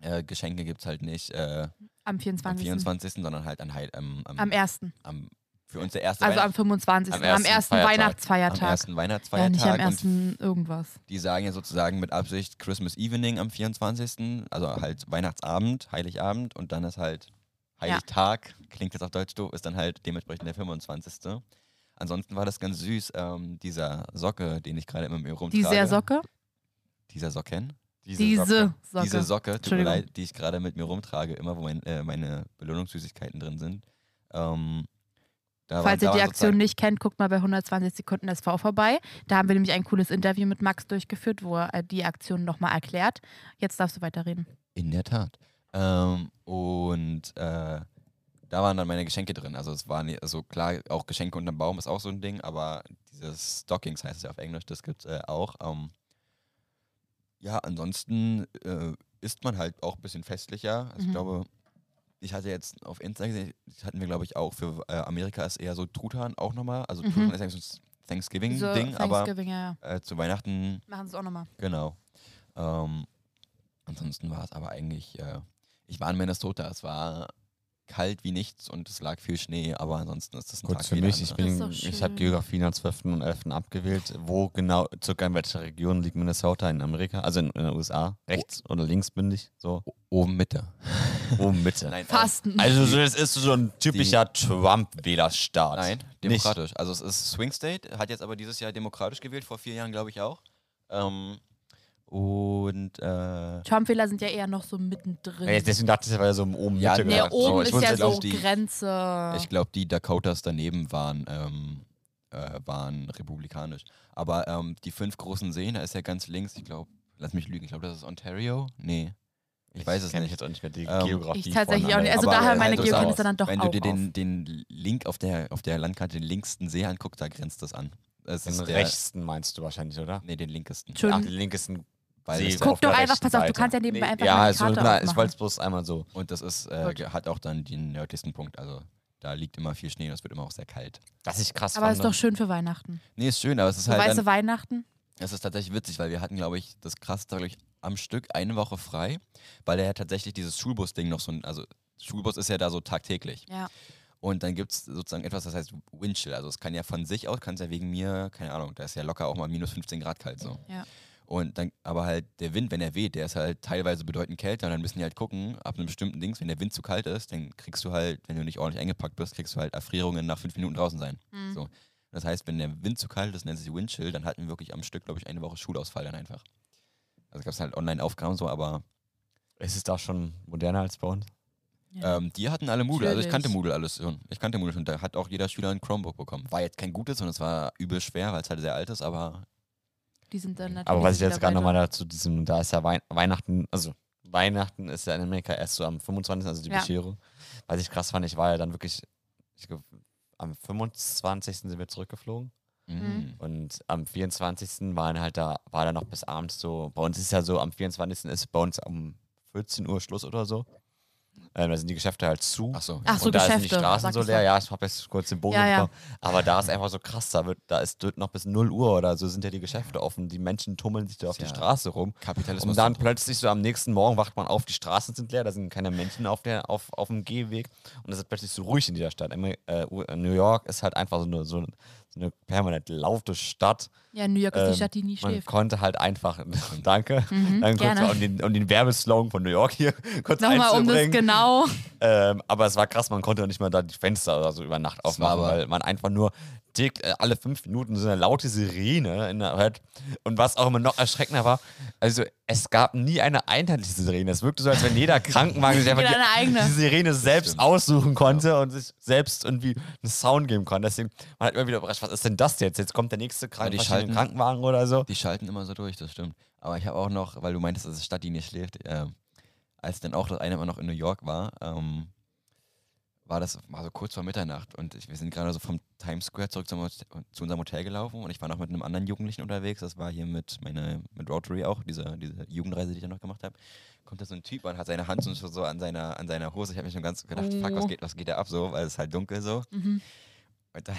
[SPEAKER 3] Äh, Geschenke gibt es halt nicht. Äh,
[SPEAKER 2] Am
[SPEAKER 3] am
[SPEAKER 2] 24.
[SPEAKER 3] 24. sondern halt an Heil, ähm, am,
[SPEAKER 2] Am 1.
[SPEAKER 3] am- für uns der erste
[SPEAKER 2] Also am
[SPEAKER 3] Weihnacht-
[SPEAKER 2] 25.
[SPEAKER 1] Am
[SPEAKER 2] Am
[SPEAKER 1] ersten
[SPEAKER 2] ersten,
[SPEAKER 1] Feiertag.
[SPEAKER 3] am
[SPEAKER 2] Weihnachtsfeiertag.
[SPEAKER 3] ersten
[SPEAKER 2] ja,
[SPEAKER 3] Weihnachtsfeiertag
[SPEAKER 2] nicht am
[SPEAKER 3] und
[SPEAKER 2] ersten irgendwas.
[SPEAKER 3] die sagen ja sozusagen mit Absicht Christmas Evening am 24. Also halt Weihnachtsabend, Heiligabend und dann ist halt Heiligtag, klingt jetzt auf Deutsch doof, ist dann halt dementsprechend der 25. Ansonsten war das ganz süß, ähm, dieser Socke, den ich gerade immer mit mir rumtrage.
[SPEAKER 2] Die sehr Socke?
[SPEAKER 3] Dieser Socken.
[SPEAKER 2] Diese Socke.
[SPEAKER 3] Diese Socke, tut mir
[SPEAKER 2] Entschuldigung.
[SPEAKER 3] leid, die ich gerade mit mir rumtrage, immer wo mein, äh, meine Belohnungssüßigkeiten drin sind. Ähm, da
[SPEAKER 2] Falls
[SPEAKER 3] waren- da
[SPEAKER 2] ihr die
[SPEAKER 3] waren
[SPEAKER 2] Aktion
[SPEAKER 3] sozusagen-
[SPEAKER 2] nicht kennt, guckt mal bei 120 Sekunden SV vorbei. Da haben wir nämlich ein cooles Interview mit Max durchgeführt, wo er äh, die Aktion nochmal erklärt. Jetzt darfst du weiterreden.
[SPEAKER 3] In der Tat. Ähm, und äh, da waren dann meine Geschenke drin. Also es waren, also klar, auch Geschenke unterm Baum ist auch so ein Ding, aber dieses Stockings heißt es ja auf Englisch, das gibt es äh, auch. Ähm, ja, ansonsten äh, ist man halt auch ein bisschen festlicher. Also ich
[SPEAKER 2] Mhm.
[SPEAKER 3] glaube, ich hatte jetzt auf Insta gesehen, das hatten wir glaube ich auch, für äh, Amerika ist eher so Truthahn auch nochmal. Also
[SPEAKER 2] Mhm.
[SPEAKER 3] Truthahn ist eigentlich so ein Thanksgiving-Ding,
[SPEAKER 2] Thanksgiving,
[SPEAKER 3] aber
[SPEAKER 2] ja, ja.
[SPEAKER 3] äh, zu Weihnachten
[SPEAKER 2] Machen sie es auch nochmal.
[SPEAKER 3] Genau. Ähm, ansonsten war es aber eigentlich, äh, ich war in Minnesota, es war kalt wie nichts und es lag viel Schnee, aber ansonsten ist das ein
[SPEAKER 1] Kurz
[SPEAKER 3] Tag
[SPEAKER 1] für
[SPEAKER 3] wie der
[SPEAKER 1] mich, ich,
[SPEAKER 3] andere.
[SPEAKER 2] Das ist
[SPEAKER 1] bin,
[SPEAKER 2] doch
[SPEAKER 1] ich habe
[SPEAKER 2] schön.
[SPEAKER 1] Geografien am 12. und 11. abgewählt. Wo genau, circa in welcher Region liegt Minnesota in Amerika, also in, in den USA? Rechts oder linksbündig? So,
[SPEAKER 3] oben Mitte.
[SPEAKER 1] oben Mitte.
[SPEAKER 3] Nein, ähm,
[SPEAKER 1] (laughs)
[SPEAKER 2] Fasten.
[SPEAKER 1] Also so, das ist so ein typischer Trump-Wählerstaat.
[SPEAKER 3] Nein,
[SPEAKER 1] Nicht.
[SPEAKER 3] demokratisch. Also es ist Swing State, hat jetzt aber dieses Jahr demokratisch gewählt, vor vier Jahren glaube ich auch. Ähm, und äh,
[SPEAKER 2] Trump-Wähler sind ja eher noch so mittendrin.
[SPEAKER 1] Ja, deswegen dachte ich, weil er so im oben
[SPEAKER 3] Ja,
[SPEAKER 1] Mitte
[SPEAKER 3] nee,
[SPEAKER 2] nee,
[SPEAKER 1] gedacht.
[SPEAKER 2] oben
[SPEAKER 1] so, ich halt
[SPEAKER 2] ist
[SPEAKER 1] wusste
[SPEAKER 2] ja
[SPEAKER 1] jetzt
[SPEAKER 2] so
[SPEAKER 1] auch-
[SPEAKER 3] die-
[SPEAKER 2] Grenze.
[SPEAKER 3] ich glaube, die Dakotas daneben waren, ähm, äh, waren republikanisch. Aber ähm, die fünf großen Seen, da ist ja ganz links, ich glaube, lass mich lügen, ich glaube, das ist Ontario? Nee. Ich weiß es
[SPEAKER 1] kenn
[SPEAKER 3] nicht.
[SPEAKER 1] jetzt auch nicht mehr die
[SPEAKER 3] Ähm,
[SPEAKER 1] Geografie.
[SPEAKER 2] Ich tatsächlich
[SPEAKER 1] von
[SPEAKER 2] auch nicht. Also
[SPEAKER 1] Amerika.
[SPEAKER 2] daher
[SPEAKER 1] Aber
[SPEAKER 2] meine
[SPEAKER 1] halt
[SPEAKER 3] das
[SPEAKER 2] Geografie
[SPEAKER 1] aus.
[SPEAKER 2] ist dann doch
[SPEAKER 3] Wenn
[SPEAKER 2] auch
[SPEAKER 3] du dir
[SPEAKER 2] auf.
[SPEAKER 3] den, den Link auf der, auf der Landkarte, den linksten See anguckst, da grenzt das an. Das
[SPEAKER 1] Den
[SPEAKER 3] ist der,
[SPEAKER 1] rechten meinst du wahrscheinlich, oder?
[SPEAKER 3] Nee, den linkesten.
[SPEAKER 2] Entschuldigung.
[SPEAKER 1] Ach, den linkesten.
[SPEAKER 3] Weil
[SPEAKER 1] See
[SPEAKER 3] das
[SPEAKER 1] auf
[SPEAKER 2] Guck
[SPEAKER 1] der
[SPEAKER 2] doch einfach,
[SPEAKER 1] rechten
[SPEAKER 2] pass auf, du
[SPEAKER 1] Seite.
[SPEAKER 2] kannst ja nebenbei einfach
[SPEAKER 1] ja,
[SPEAKER 2] mal die
[SPEAKER 1] so,
[SPEAKER 2] Karte
[SPEAKER 1] na, ich
[SPEAKER 2] aufmachen.
[SPEAKER 1] wollte es bloß einmal so.
[SPEAKER 3] Und das ist, äh,
[SPEAKER 2] Gut.
[SPEAKER 3] ge- hat auch dann den nördlichsten Punkt. Also da liegt immer viel Schnee und es wird immer auch sehr kalt.
[SPEAKER 1] Das ist krass.
[SPEAKER 2] Aber
[SPEAKER 1] fand,
[SPEAKER 2] ist
[SPEAKER 1] ne?
[SPEAKER 2] doch schön für Weihnachten.
[SPEAKER 3] Nee, ist schön, aber es ist
[SPEAKER 2] So
[SPEAKER 3] halt.
[SPEAKER 2] weiße
[SPEAKER 3] dann,
[SPEAKER 2] Weihnachten.
[SPEAKER 3] es ist tatsächlich witzig, weil wir hatten, glaube ich, das krasseste, glaube ich, am Stück eine Woche frei, weil der ja tatsächlich dieses Schulbus-Ding noch so ein. Also, Schulbus ist ja da so tagtäglich.
[SPEAKER 2] Ja.
[SPEAKER 3] Und dann gibt es sozusagen etwas, das heißt Windchill. Also es kann ja von sich aus, kann es ja wegen mir, keine Ahnung, da ist ja locker auch mal minus 15 Grad kalt so.
[SPEAKER 2] Ja.
[SPEAKER 3] Und dann, aber halt der Wind, wenn er weht, der ist halt teilweise bedeutend kälter und dann müssen die halt gucken, ab einem bestimmten Dings, wenn der Wind zu kalt ist, dann kriegst du halt, wenn du nicht ordentlich eingepackt bist, kriegst du halt Erfrierungen nach fünf Minuten draußen sein.
[SPEAKER 2] Mhm.
[SPEAKER 3] So. Das heißt, wenn der Wind zu kalt ist, nennt sich Windchill, dann hatten wir wirklich am Stück, glaube ich, eine Woche Schulausfall dann einfach. Also gab es halt Online-Aufgaben so, aber
[SPEAKER 1] Ist es da schon moderner als bei uns?
[SPEAKER 2] Ja.
[SPEAKER 3] ähm, die hatten alle Moodle. Also ich kannte
[SPEAKER 2] Natürlich.
[SPEAKER 3] Moodle alles schon. Ich kannte Moodle schon. Da hat auch jeder Schüler ein Chromebook bekommen. War jetzt kein gutes und es war übel schwer, weil es halt sehr alt ist, aber
[SPEAKER 2] Die sind dann natürlich.
[SPEAKER 1] Aber was ich
[SPEAKER 2] wieder
[SPEAKER 1] jetzt gerade
[SPEAKER 2] weiter.
[SPEAKER 1] nochmal dazu diesem, da ist ja Wei Weihnachten, also Weihnachten ist ja in Amerika erst so am 25., also die
[SPEAKER 2] Ja.
[SPEAKER 1] Bescherung. Was ich krass fand, ich war ja dann wirklich, ich glaub, am 25. sind wir zurückgeflogen
[SPEAKER 3] mm.
[SPEAKER 2] Mhm.
[SPEAKER 1] und am 24. waren halt da, war da noch bis abends so, bei uns ist ja so, am 24. ist bei uns um 14 Uhr Schluss oder so. Ähm, da sind die Geschäfte halt zu.
[SPEAKER 3] Ach so.
[SPEAKER 2] Ach so,
[SPEAKER 1] und da sind die
[SPEAKER 2] Geschäfte,
[SPEAKER 1] Straßen
[SPEAKER 2] sag
[SPEAKER 1] so
[SPEAKER 2] das
[SPEAKER 1] leer.
[SPEAKER 2] mal.
[SPEAKER 1] Ja, ich habe jetzt kurz den Bogen
[SPEAKER 2] Ja, ja.
[SPEAKER 1] bekommen. Aber da ist einfach so krass. Da, wird, da ist dort noch bis 0 Uhr oder so sind ja die Geschäfte offen. Die Menschen tummeln sich da auf
[SPEAKER 3] Ja.
[SPEAKER 1] die Straße rum.
[SPEAKER 3] Kapitalismus.
[SPEAKER 1] Und dann plötzlich so am nächsten Morgen wacht man auf, die Straßen sind leer, da sind keine Menschen auf, der, auf, auf dem Gehweg. Und es ist plötzlich so ruhig in dieser Stadt. Amer- Äh, U- äh, New York ist halt einfach so eine, so eine, so eine permanent laute Stadt.
[SPEAKER 2] Ja, New York ist
[SPEAKER 1] Ähm,
[SPEAKER 2] die Stadt, die nie
[SPEAKER 1] Man
[SPEAKER 2] schläft. (laughs)
[SPEAKER 1] konnte halt einfach, (laughs) danke,
[SPEAKER 2] Mhm,
[SPEAKER 1] dann kurz
[SPEAKER 2] gerne.
[SPEAKER 1] mal um den, um den Werbeslogan von New York
[SPEAKER 2] (laughs)
[SPEAKER 1] hier kurz
[SPEAKER 2] Nochmal um das
[SPEAKER 1] einzubringen.
[SPEAKER 2] genau.
[SPEAKER 1] Ähm, aber es war krass, man konnte nicht mal da die Fenster oder so über Nacht
[SPEAKER 3] Das
[SPEAKER 1] aufmachen,
[SPEAKER 3] war aber-
[SPEAKER 1] weil man einfach nur dick, äh, alle fünf Minuten so eine laute Sirene in der hört. Und was auch immer noch erschreckender war, also es gab nie eine einheitliche Sirene. Es wirkte so, als wenn jeder Krankenwagen
[SPEAKER 2] (laughs)
[SPEAKER 1] sich einfach
[SPEAKER 2] Jeder
[SPEAKER 1] die,
[SPEAKER 2] eine eigene.
[SPEAKER 1] die Sirene selbst
[SPEAKER 3] Stimmt.
[SPEAKER 1] aussuchen konnte und sich selbst irgendwie einen Sound geben konnte. Deswegen, man hat immer wieder überrascht, was ist denn das jetzt? Jetzt kommt der nächste
[SPEAKER 3] Aber
[SPEAKER 1] Krank
[SPEAKER 3] die
[SPEAKER 1] verschiedene
[SPEAKER 3] schalten-
[SPEAKER 1] Krankenwagen oder so.
[SPEAKER 3] Die schalten immer so durch, das stimmt. Aber ich habe auch noch, weil du meintest, es ist Stadt, die nicht schläft, ähm, als dann auch das eine Mal noch in New York war, ähm, war das war so kurz vor Mitternacht und ich, wir sind gerade so vom Times Square zurück zum, Hotel- zu unserem Hotel gelaufen und ich war noch mit einem anderen Jugendlichen unterwegs. Das war hier mit meiner mit Rotary auch, diese, diese Jugendreise, die ich da noch gemacht habe. Kommt da so ein Typ und hat seine Hand so- so an seiner, an seiner Hose. Ich habe mich schon ganz gedacht, fuck, was
[SPEAKER 2] Oh.
[SPEAKER 3] geht, was geht da ab so, weil es ist halt dunkel so.
[SPEAKER 2] Mhm.
[SPEAKER 3] Und dann,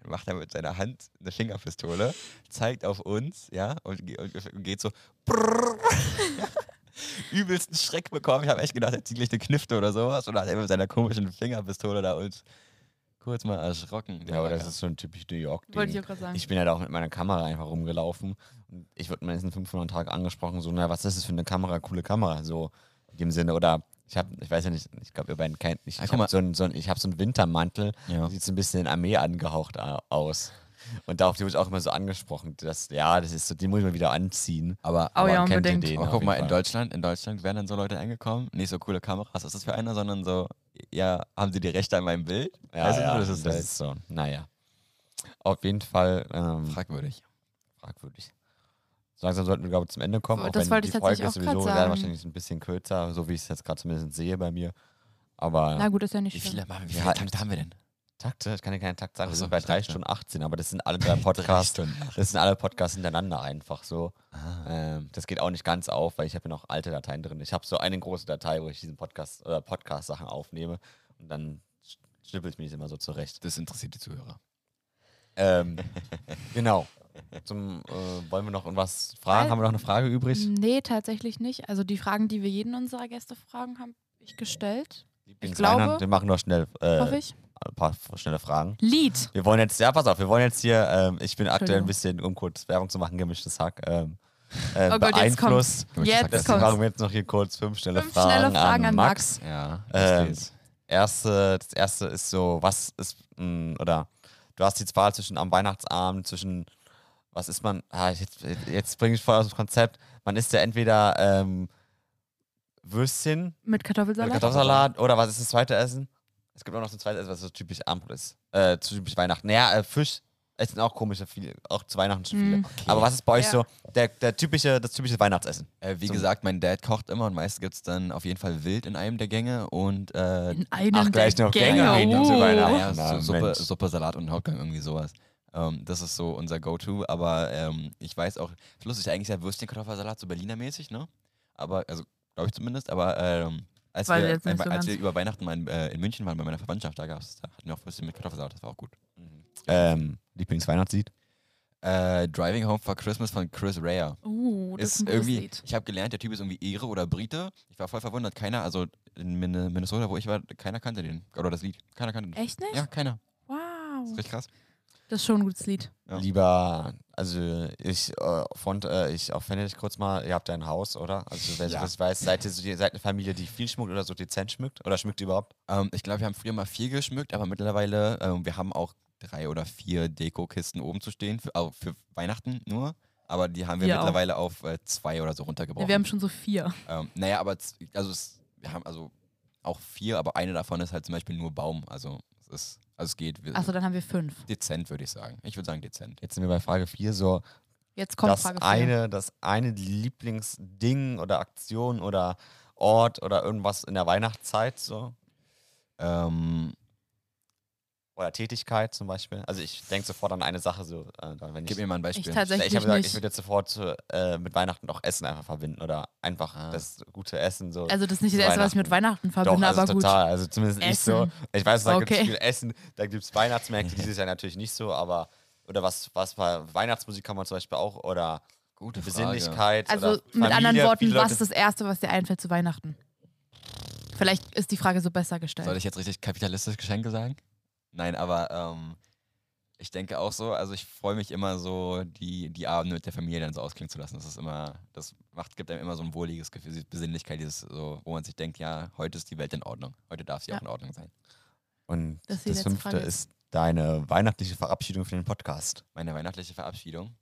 [SPEAKER 3] dann macht er mit seiner Hand eine Fingerpistole, zeigt auf uns, ja, und, ge- und, und geht so. Brrr, (laughs) übelsten Schreck bekommen. Ich habe echt gedacht, er zieht gleich eine Knifte oder sowas. Oder hat er mit seiner komischen Fingerpistole da uns kurz mal erschrocken.
[SPEAKER 1] Ja, aber das ist so ein typisch New York-Ding.
[SPEAKER 2] Wollte ich auch gerade sagen.
[SPEAKER 1] Ich bin halt auch mit meiner Kamera einfach rumgelaufen. Und ich wurde mindestens 500 Tage angesprochen, so, na, was ist das für eine Kamera? Coole Kamera, so in dem Sinne. Oder ich habe, ich weiß ja nicht, ich glaube, ihr beiden kennt nicht.
[SPEAKER 3] Ah,
[SPEAKER 1] Ich
[SPEAKER 3] guck mal.
[SPEAKER 1] habe so einen so ein, ich hab so einen Wintermantel,
[SPEAKER 3] Ja.
[SPEAKER 1] sieht so ein bisschen Armee angehaucht a- aus. Und darauf wurde ich auch immer so angesprochen, dass, ja, das ist so, den muss ich mal wieder anziehen.
[SPEAKER 3] Aber,
[SPEAKER 2] Oh
[SPEAKER 1] Aber
[SPEAKER 2] ja,
[SPEAKER 1] kennt ihr
[SPEAKER 2] unbedingt.
[SPEAKER 1] den
[SPEAKER 3] aber
[SPEAKER 1] auf
[SPEAKER 3] guck
[SPEAKER 1] jeden
[SPEAKER 3] mal, in
[SPEAKER 1] Fall?
[SPEAKER 3] Deutschland, in Deutschland wären dann so Leute angekommen, nicht so coole Kameras, was ist das für einer, sondern so, ja, haben sie die Rechte an meinem Bild?
[SPEAKER 1] Ja,
[SPEAKER 3] Weißt du,
[SPEAKER 1] ja,
[SPEAKER 3] das
[SPEAKER 1] das,
[SPEAKER 3] ist
[SPEAKER 1] ist,
[SPEAKER 3] halt-
[SPEAKER 1] so. Naja. Auf jeden Fall ähm,
[SPEAKER 3] Fragwürdig.
[SPEAKER 1] fragwürdig. So langsam sollten wir, glaube ich, zum Ende kommen.
[SPEAKER 2] Wo-
[SPEAKER 1] Auch
[SPEAKER 2] Oh, das
[SPEAKER 1] wenn
[SPEAKER 2] wollte
[SPEAKER 1] die
[SPEAKER 2] ich
[SPEAKER 1] Folge
[SPEAKER 2] tatsächlich
[SPEAKER 1] ist
[SPEAKER 2] auch
[SPEAKER 1] sowieso
[SPEAKER 2] grad
[SPEAKER 1] ja,
[SPEAKER 2] sagen.
[SPEAKER 1] wahrscheinlich ein bisschen kürzer, so wie ich es jetzt gerade zumindest sehe bei mir. Aber
[SPEAKER 2] Na gut, ist ja nicht
[SPEAKER 3] Wie
[SPEAKER 2] schlimm.
[SPEAKER 3] viele, machen-
[SPEAKER 1] Wir
[SPEAKER 3] wie viele
[SPEAKER 1] halten-
[SPEAKER 3] Takte haben wir denn?
[SPEAKER 1] Takte, ich kann dir keinen Takt sagen.
[SPEAKER 3] Ach
[SPEAKER 1] Wir
[SPEAKER 3] so,
[SPEAKER 1] sind bei
[SPEAKER 3] ich
[SPEAKER 1] 3
[SPEAKER 3] dachte.
[SPEAKER 1] Stunden 18, aber das sind alle drei Podcasts.
[SPEAKER 3] Stunden.
[SPEAKER 1] Das sind alle Podcasts hintereinander einfach so.
[SPEAKER 3] Ah.
[SPEAKER 1] Ähm, das geht auch nicht ganz auf, weil ich habe ja noch alte Dateien drin. Ich habe so eine große Datei, wo ich diesen Podcast oder Podcast-Sachen aufnehme und dann sch- schnippel ich mich immer so zurecht.
[SPEAKER 3] Das interessiert die Zuhörer. (laughs)
[SPEAKER 1] Ähm, genau. Zum, äh, wollen wir noch irgendwas fragen?
[SPEAKER 2] Äh,
[SPEAKER 1] Haben wir noch eine Frage übrig?
[SPEAKER 2] Nee, tatsächlich nicht. Also die Fragen, die wir jeden unserer Gäste fragen, habe ich gestellt. glaube-
[SPEAKER 1] wir machen noch schnell äh,
[SPEAKER 2] Hoffe ich.
[SPEAKER 1] ein paar f- schnelle Fragen.
[SPEAKER 2] Lied.
[SPEAKER 1] Wir wollen jetzt, ja, pass auf, wir wollen jetzt hier, ähm, ich bin aktuell ein
[SPEAKER 2] Entschuldigung.
[SPEAKER 1] bisschen, um kurz Werbung zu machen, gemischtes Hack,
[SPEAKER 2] (laughs)
[SPEAKER 1] ähm, äh,
[SPEAKER 2] Oh Gott, jetzt
[SPEAKER 1] beeinflusst.
[SPEAKER 2] Jetzt
[SPEAKER 1] Deswegen
[SPEAKER 2] kommt's.
[SPEAKER 1] machen wir jetzt noch hier kurz fünf schnelle,
[SPEAKER 2] Fünf
[SPEAKER 1] Fragen,
[SPEAKER 2] schnelle Fragen
[SPEAKER 1] an
[SPEAKER 2] an
[SPEAKER 1] Max.
[SPEAKER 3] Ja,
[SPEAKER 1] Ähm,
[SPEAKER 3] geht's.
[SPEAKER 1] Erste, das erste ist so, was ist, mh, oder du hast die Wahl zwischen am Weihnachtsabend, zwischen, was ist man, ah, jetzt, jetzt bringe ich voll aus dem Konzept, man isst ja entweder ähm, Würstchen
[SPEAKER 2] Mit
[SPEAKER 1] mit
[SPEAKER 2] Kartoffelsalat.
[SPEAKER 1] Kartoffelsalat oder was ist das zweite Essen? Es gibt auch noch so ein zweites Essen, was so typisch Abend ist, äh, zu typisch Weihnachten. Naja, äh, Fisch essen auch komische viele, auch zu Weihnachten schon viele.
[SPEAKER 2] Mhm.
[SPEAKER 1] Aber was ist bei euch
[SPEAKER 2] Ja.
[SPEAKER 1] so der, der typische, das typische Weihnachtsessen?
[SPEAKER 3] Äh, wie
[SPEAKER 1] Zum-
[SPEAKER 3] gesagt, mein Dad kocht immer und meistens gibt es dann auf jeden Fall Wild in einem der Gänge und äh, halt
[SPEAKER 2] In einem
[SPEAKER 1] Ach, gleich
[SPEAKER 2] der
[SPEAKER 1] noch
[SPEAKER 2] Gänge.
[SPEAKER 1] Gänge reden und so
[SPEAKER 2] Uh.
[SPEAKER 1] weiter.
[SPEAKER 3] naja,
[SPEAKER 1] Na,
[SPEAKER 3] so Suppe,
[SPEAKER 1] Mensch.
[SPEAKER 3] Suppe, Salat und Hauptgang, irgendwie sowas. Ähm, das ist so unser Go-To, aber ähm, ich weiß auch, ist lustig, eigentlich ist ja Würstchen-Kartoffelsalat so Berliner mäßig, ne? Aber, also glaube ich zumindest, aber ähm, als,
[SPEAKER 2] Weil
[SPEAKER 3] wir,
[SPEAKER 2] jetzt nicht so
[SPEAKER 3] als wir
[SPEAKER 2] ganz-
[SPEAKER 3] über Weihnachten mal in, äh, in München waren bei meiner Verwandtschaft, da, gab's, da hatten wir auch Würstchen mit Kartoffelsalat, das war auch gut.
[SPEAKER 1] Ähm, Lieblingsweihnachtslied?
[SPEAKER 3] Äh, Driving Home for Christmas von Chris Rea.
[SPEAKER 2] Uh, das ist, ein gutes
[SPEAKER 3] irgendwie,
[SPEAKER 2] Lied.
[SPEAKER 3] ich habe gelernt, der Typ ist irgendwie Ire oder Brite. Ich war voll verwundert, keiner, also in Min- Minnesota, wo ich war, keiner kannte den oder das Lied. Keiner kannte den.
[SPEAKER 2] Echt nicht?
[SPEAKER 3] Ja, keiner. Das
[SPEAKER 2] Wow.
[SPEAKER 3] ist richtig krass.
[SPEAKER 2] Das ist schon ein gutes Lied.
[SPEAKER 3] Ja.
[SPEAKER 1] Lieber, also ich, äh, von, äh, ich offende dich kurz mal, ihr habt ja ein Haus, oder? Also wer
[SPEAKER 3] Ja.
[SPEAKER 1] sowas weiß, seid ihr, so, ihr seid eine Familie, die viel schmückt oder so dezent schmückt? Oder schmückt ihr überhaupt?
[SPEAKER 3] Ähm, ich glaube, wir haben früher mal viel geschmückt, aber mittlerweile, ähm, wir haben auch drei oder vier Dekokisten oben zu stehen, für, auch für Weihnachten nur. Aber die haben wir
[SPEAKER 2] Wir auch.
[SPEAKER 3] mittlerweile auf äh, zwei oder so runtergebrochen.
[SPEAKER 2] Wir haben schon so vier.
[SPEAKER 3] ähm, naja, aber z- also es, wir haben also auch vier, aber eine davon ist halt zum Beispiel nur Baum. Also es ist, also es geht. Wir,
[SPEAKER 2] Achso, dann haben wir fünf.
[SPEAKER 3] Dezent, würde ich sagen. Ich würde sagen dezent.
[SPEAKER 1] Jetzt sind wir bei Frage 4, so
[SPEAKER 2] Jetzt kommt
[SPEAKER 1] das
[SPEAKER 2] Frage vier.
[SPEAKER 1] eine, das eine Lieblingsding oder Aktion oder Ort oder irgendwas in der Weihnachtszeit so.
[SPEAKER 3] Ähm,
[SPEAKER 1] Oder Tätigkeit zum Beispiel. Also ich denke sofort an eine Sache so, äh, dann, wenn ich.
[SPEAKER 3] gib mir mal ein
[SPEAKER 2] Ich
[SPEAKER 3] Beispiel.
[SPEAKER 1] Na,
[SPEAKER 2] tatsächlich
[SPEAKER 1] ich habe gesagt, ich
[SPEAKER 2] nicht.
[SPEAKER 1] würde jetzt sofort äh, mit Weihnachten auch Essen einfach verbinden oder einfach
[SPEAKER 3] Ah.
[SPEAKER 1] das gute Essen so.
[SPEAKER 2] Also das ist nicht das Erste, was ich mit Weihnachten verbinde,
[SPEAKER 1] Doch, also
[SPEAKER 2] aber gut.
[SPEAKER 1] total. Also zumindest nicht so.
[SPEAKER 2] Essen.
[SPEAKER 1] Ich weiß, da gibt es
[SPEAKER 2] Okay.
[SPEAKER 1] viel Essen, da gibt es Weihnachtsmärkte,
[SPEAKER 3] (laughs)
[SPEAKER 1] dieses Jahr natürlich nicht so, aber oder was, was bei Weihnachtsmusik kann man zum Beispiel auch oder
[SPEAKER 3] Gute
[SPEAKER 1] Besinnlichkeit.
[SPEAKER 2] Also
[SPEAKER 1] oder
[SPEAKER 2] mit anderen
[SPEAKER 1] Familie.
[SPEAKER 2] Worten,
[SPEAKER 1] Viele Leute-
[SPEAKER 2] was ist das Erste, was dir einfällt zu Weihnachten? Vielleicht ist die Frage so besser gestellt.
[SPEAKER 3] Soll ich jetzt richtig kapitalistisch Geschenke sagen? Nein, aber ähm, ich denke auch so, also ich freue mich immer so, die, die Abende mit der Familie dann so ausklingen zu lassen. Das ist immer, das macht, gibt einem immer so ein wohliges Gefühl, diese Besinnlichkeit, dieses so, wo man sich denkt, ja, heute ist die Welt in Ordnung. Heute darf sie
[SPEAKER 2] Ja.
[SPEAKER 3] auch in Ordnung sein.
[SPEAKER 1] Und
[SPEAKER 2] Das
[SPEAKER 1] das,
[SPEAKER 2] ist die letzte
[SPEAKER 1] fünfte
[SPEAKER 2] Frage.
[SPEAKER 1] ist deine weihnachtliche Verabschiedung für den Podcast.
[SPEAKER 3] Meine weihnachtliche Verabschiedung.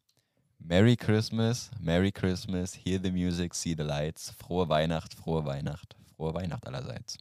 [SPEAKER 3] Merry Christmas, Merry Christmas, hear the music, see the lights. Frohe Weihnacht, frohe Weihnacht, frohe Weihnacht allerseits.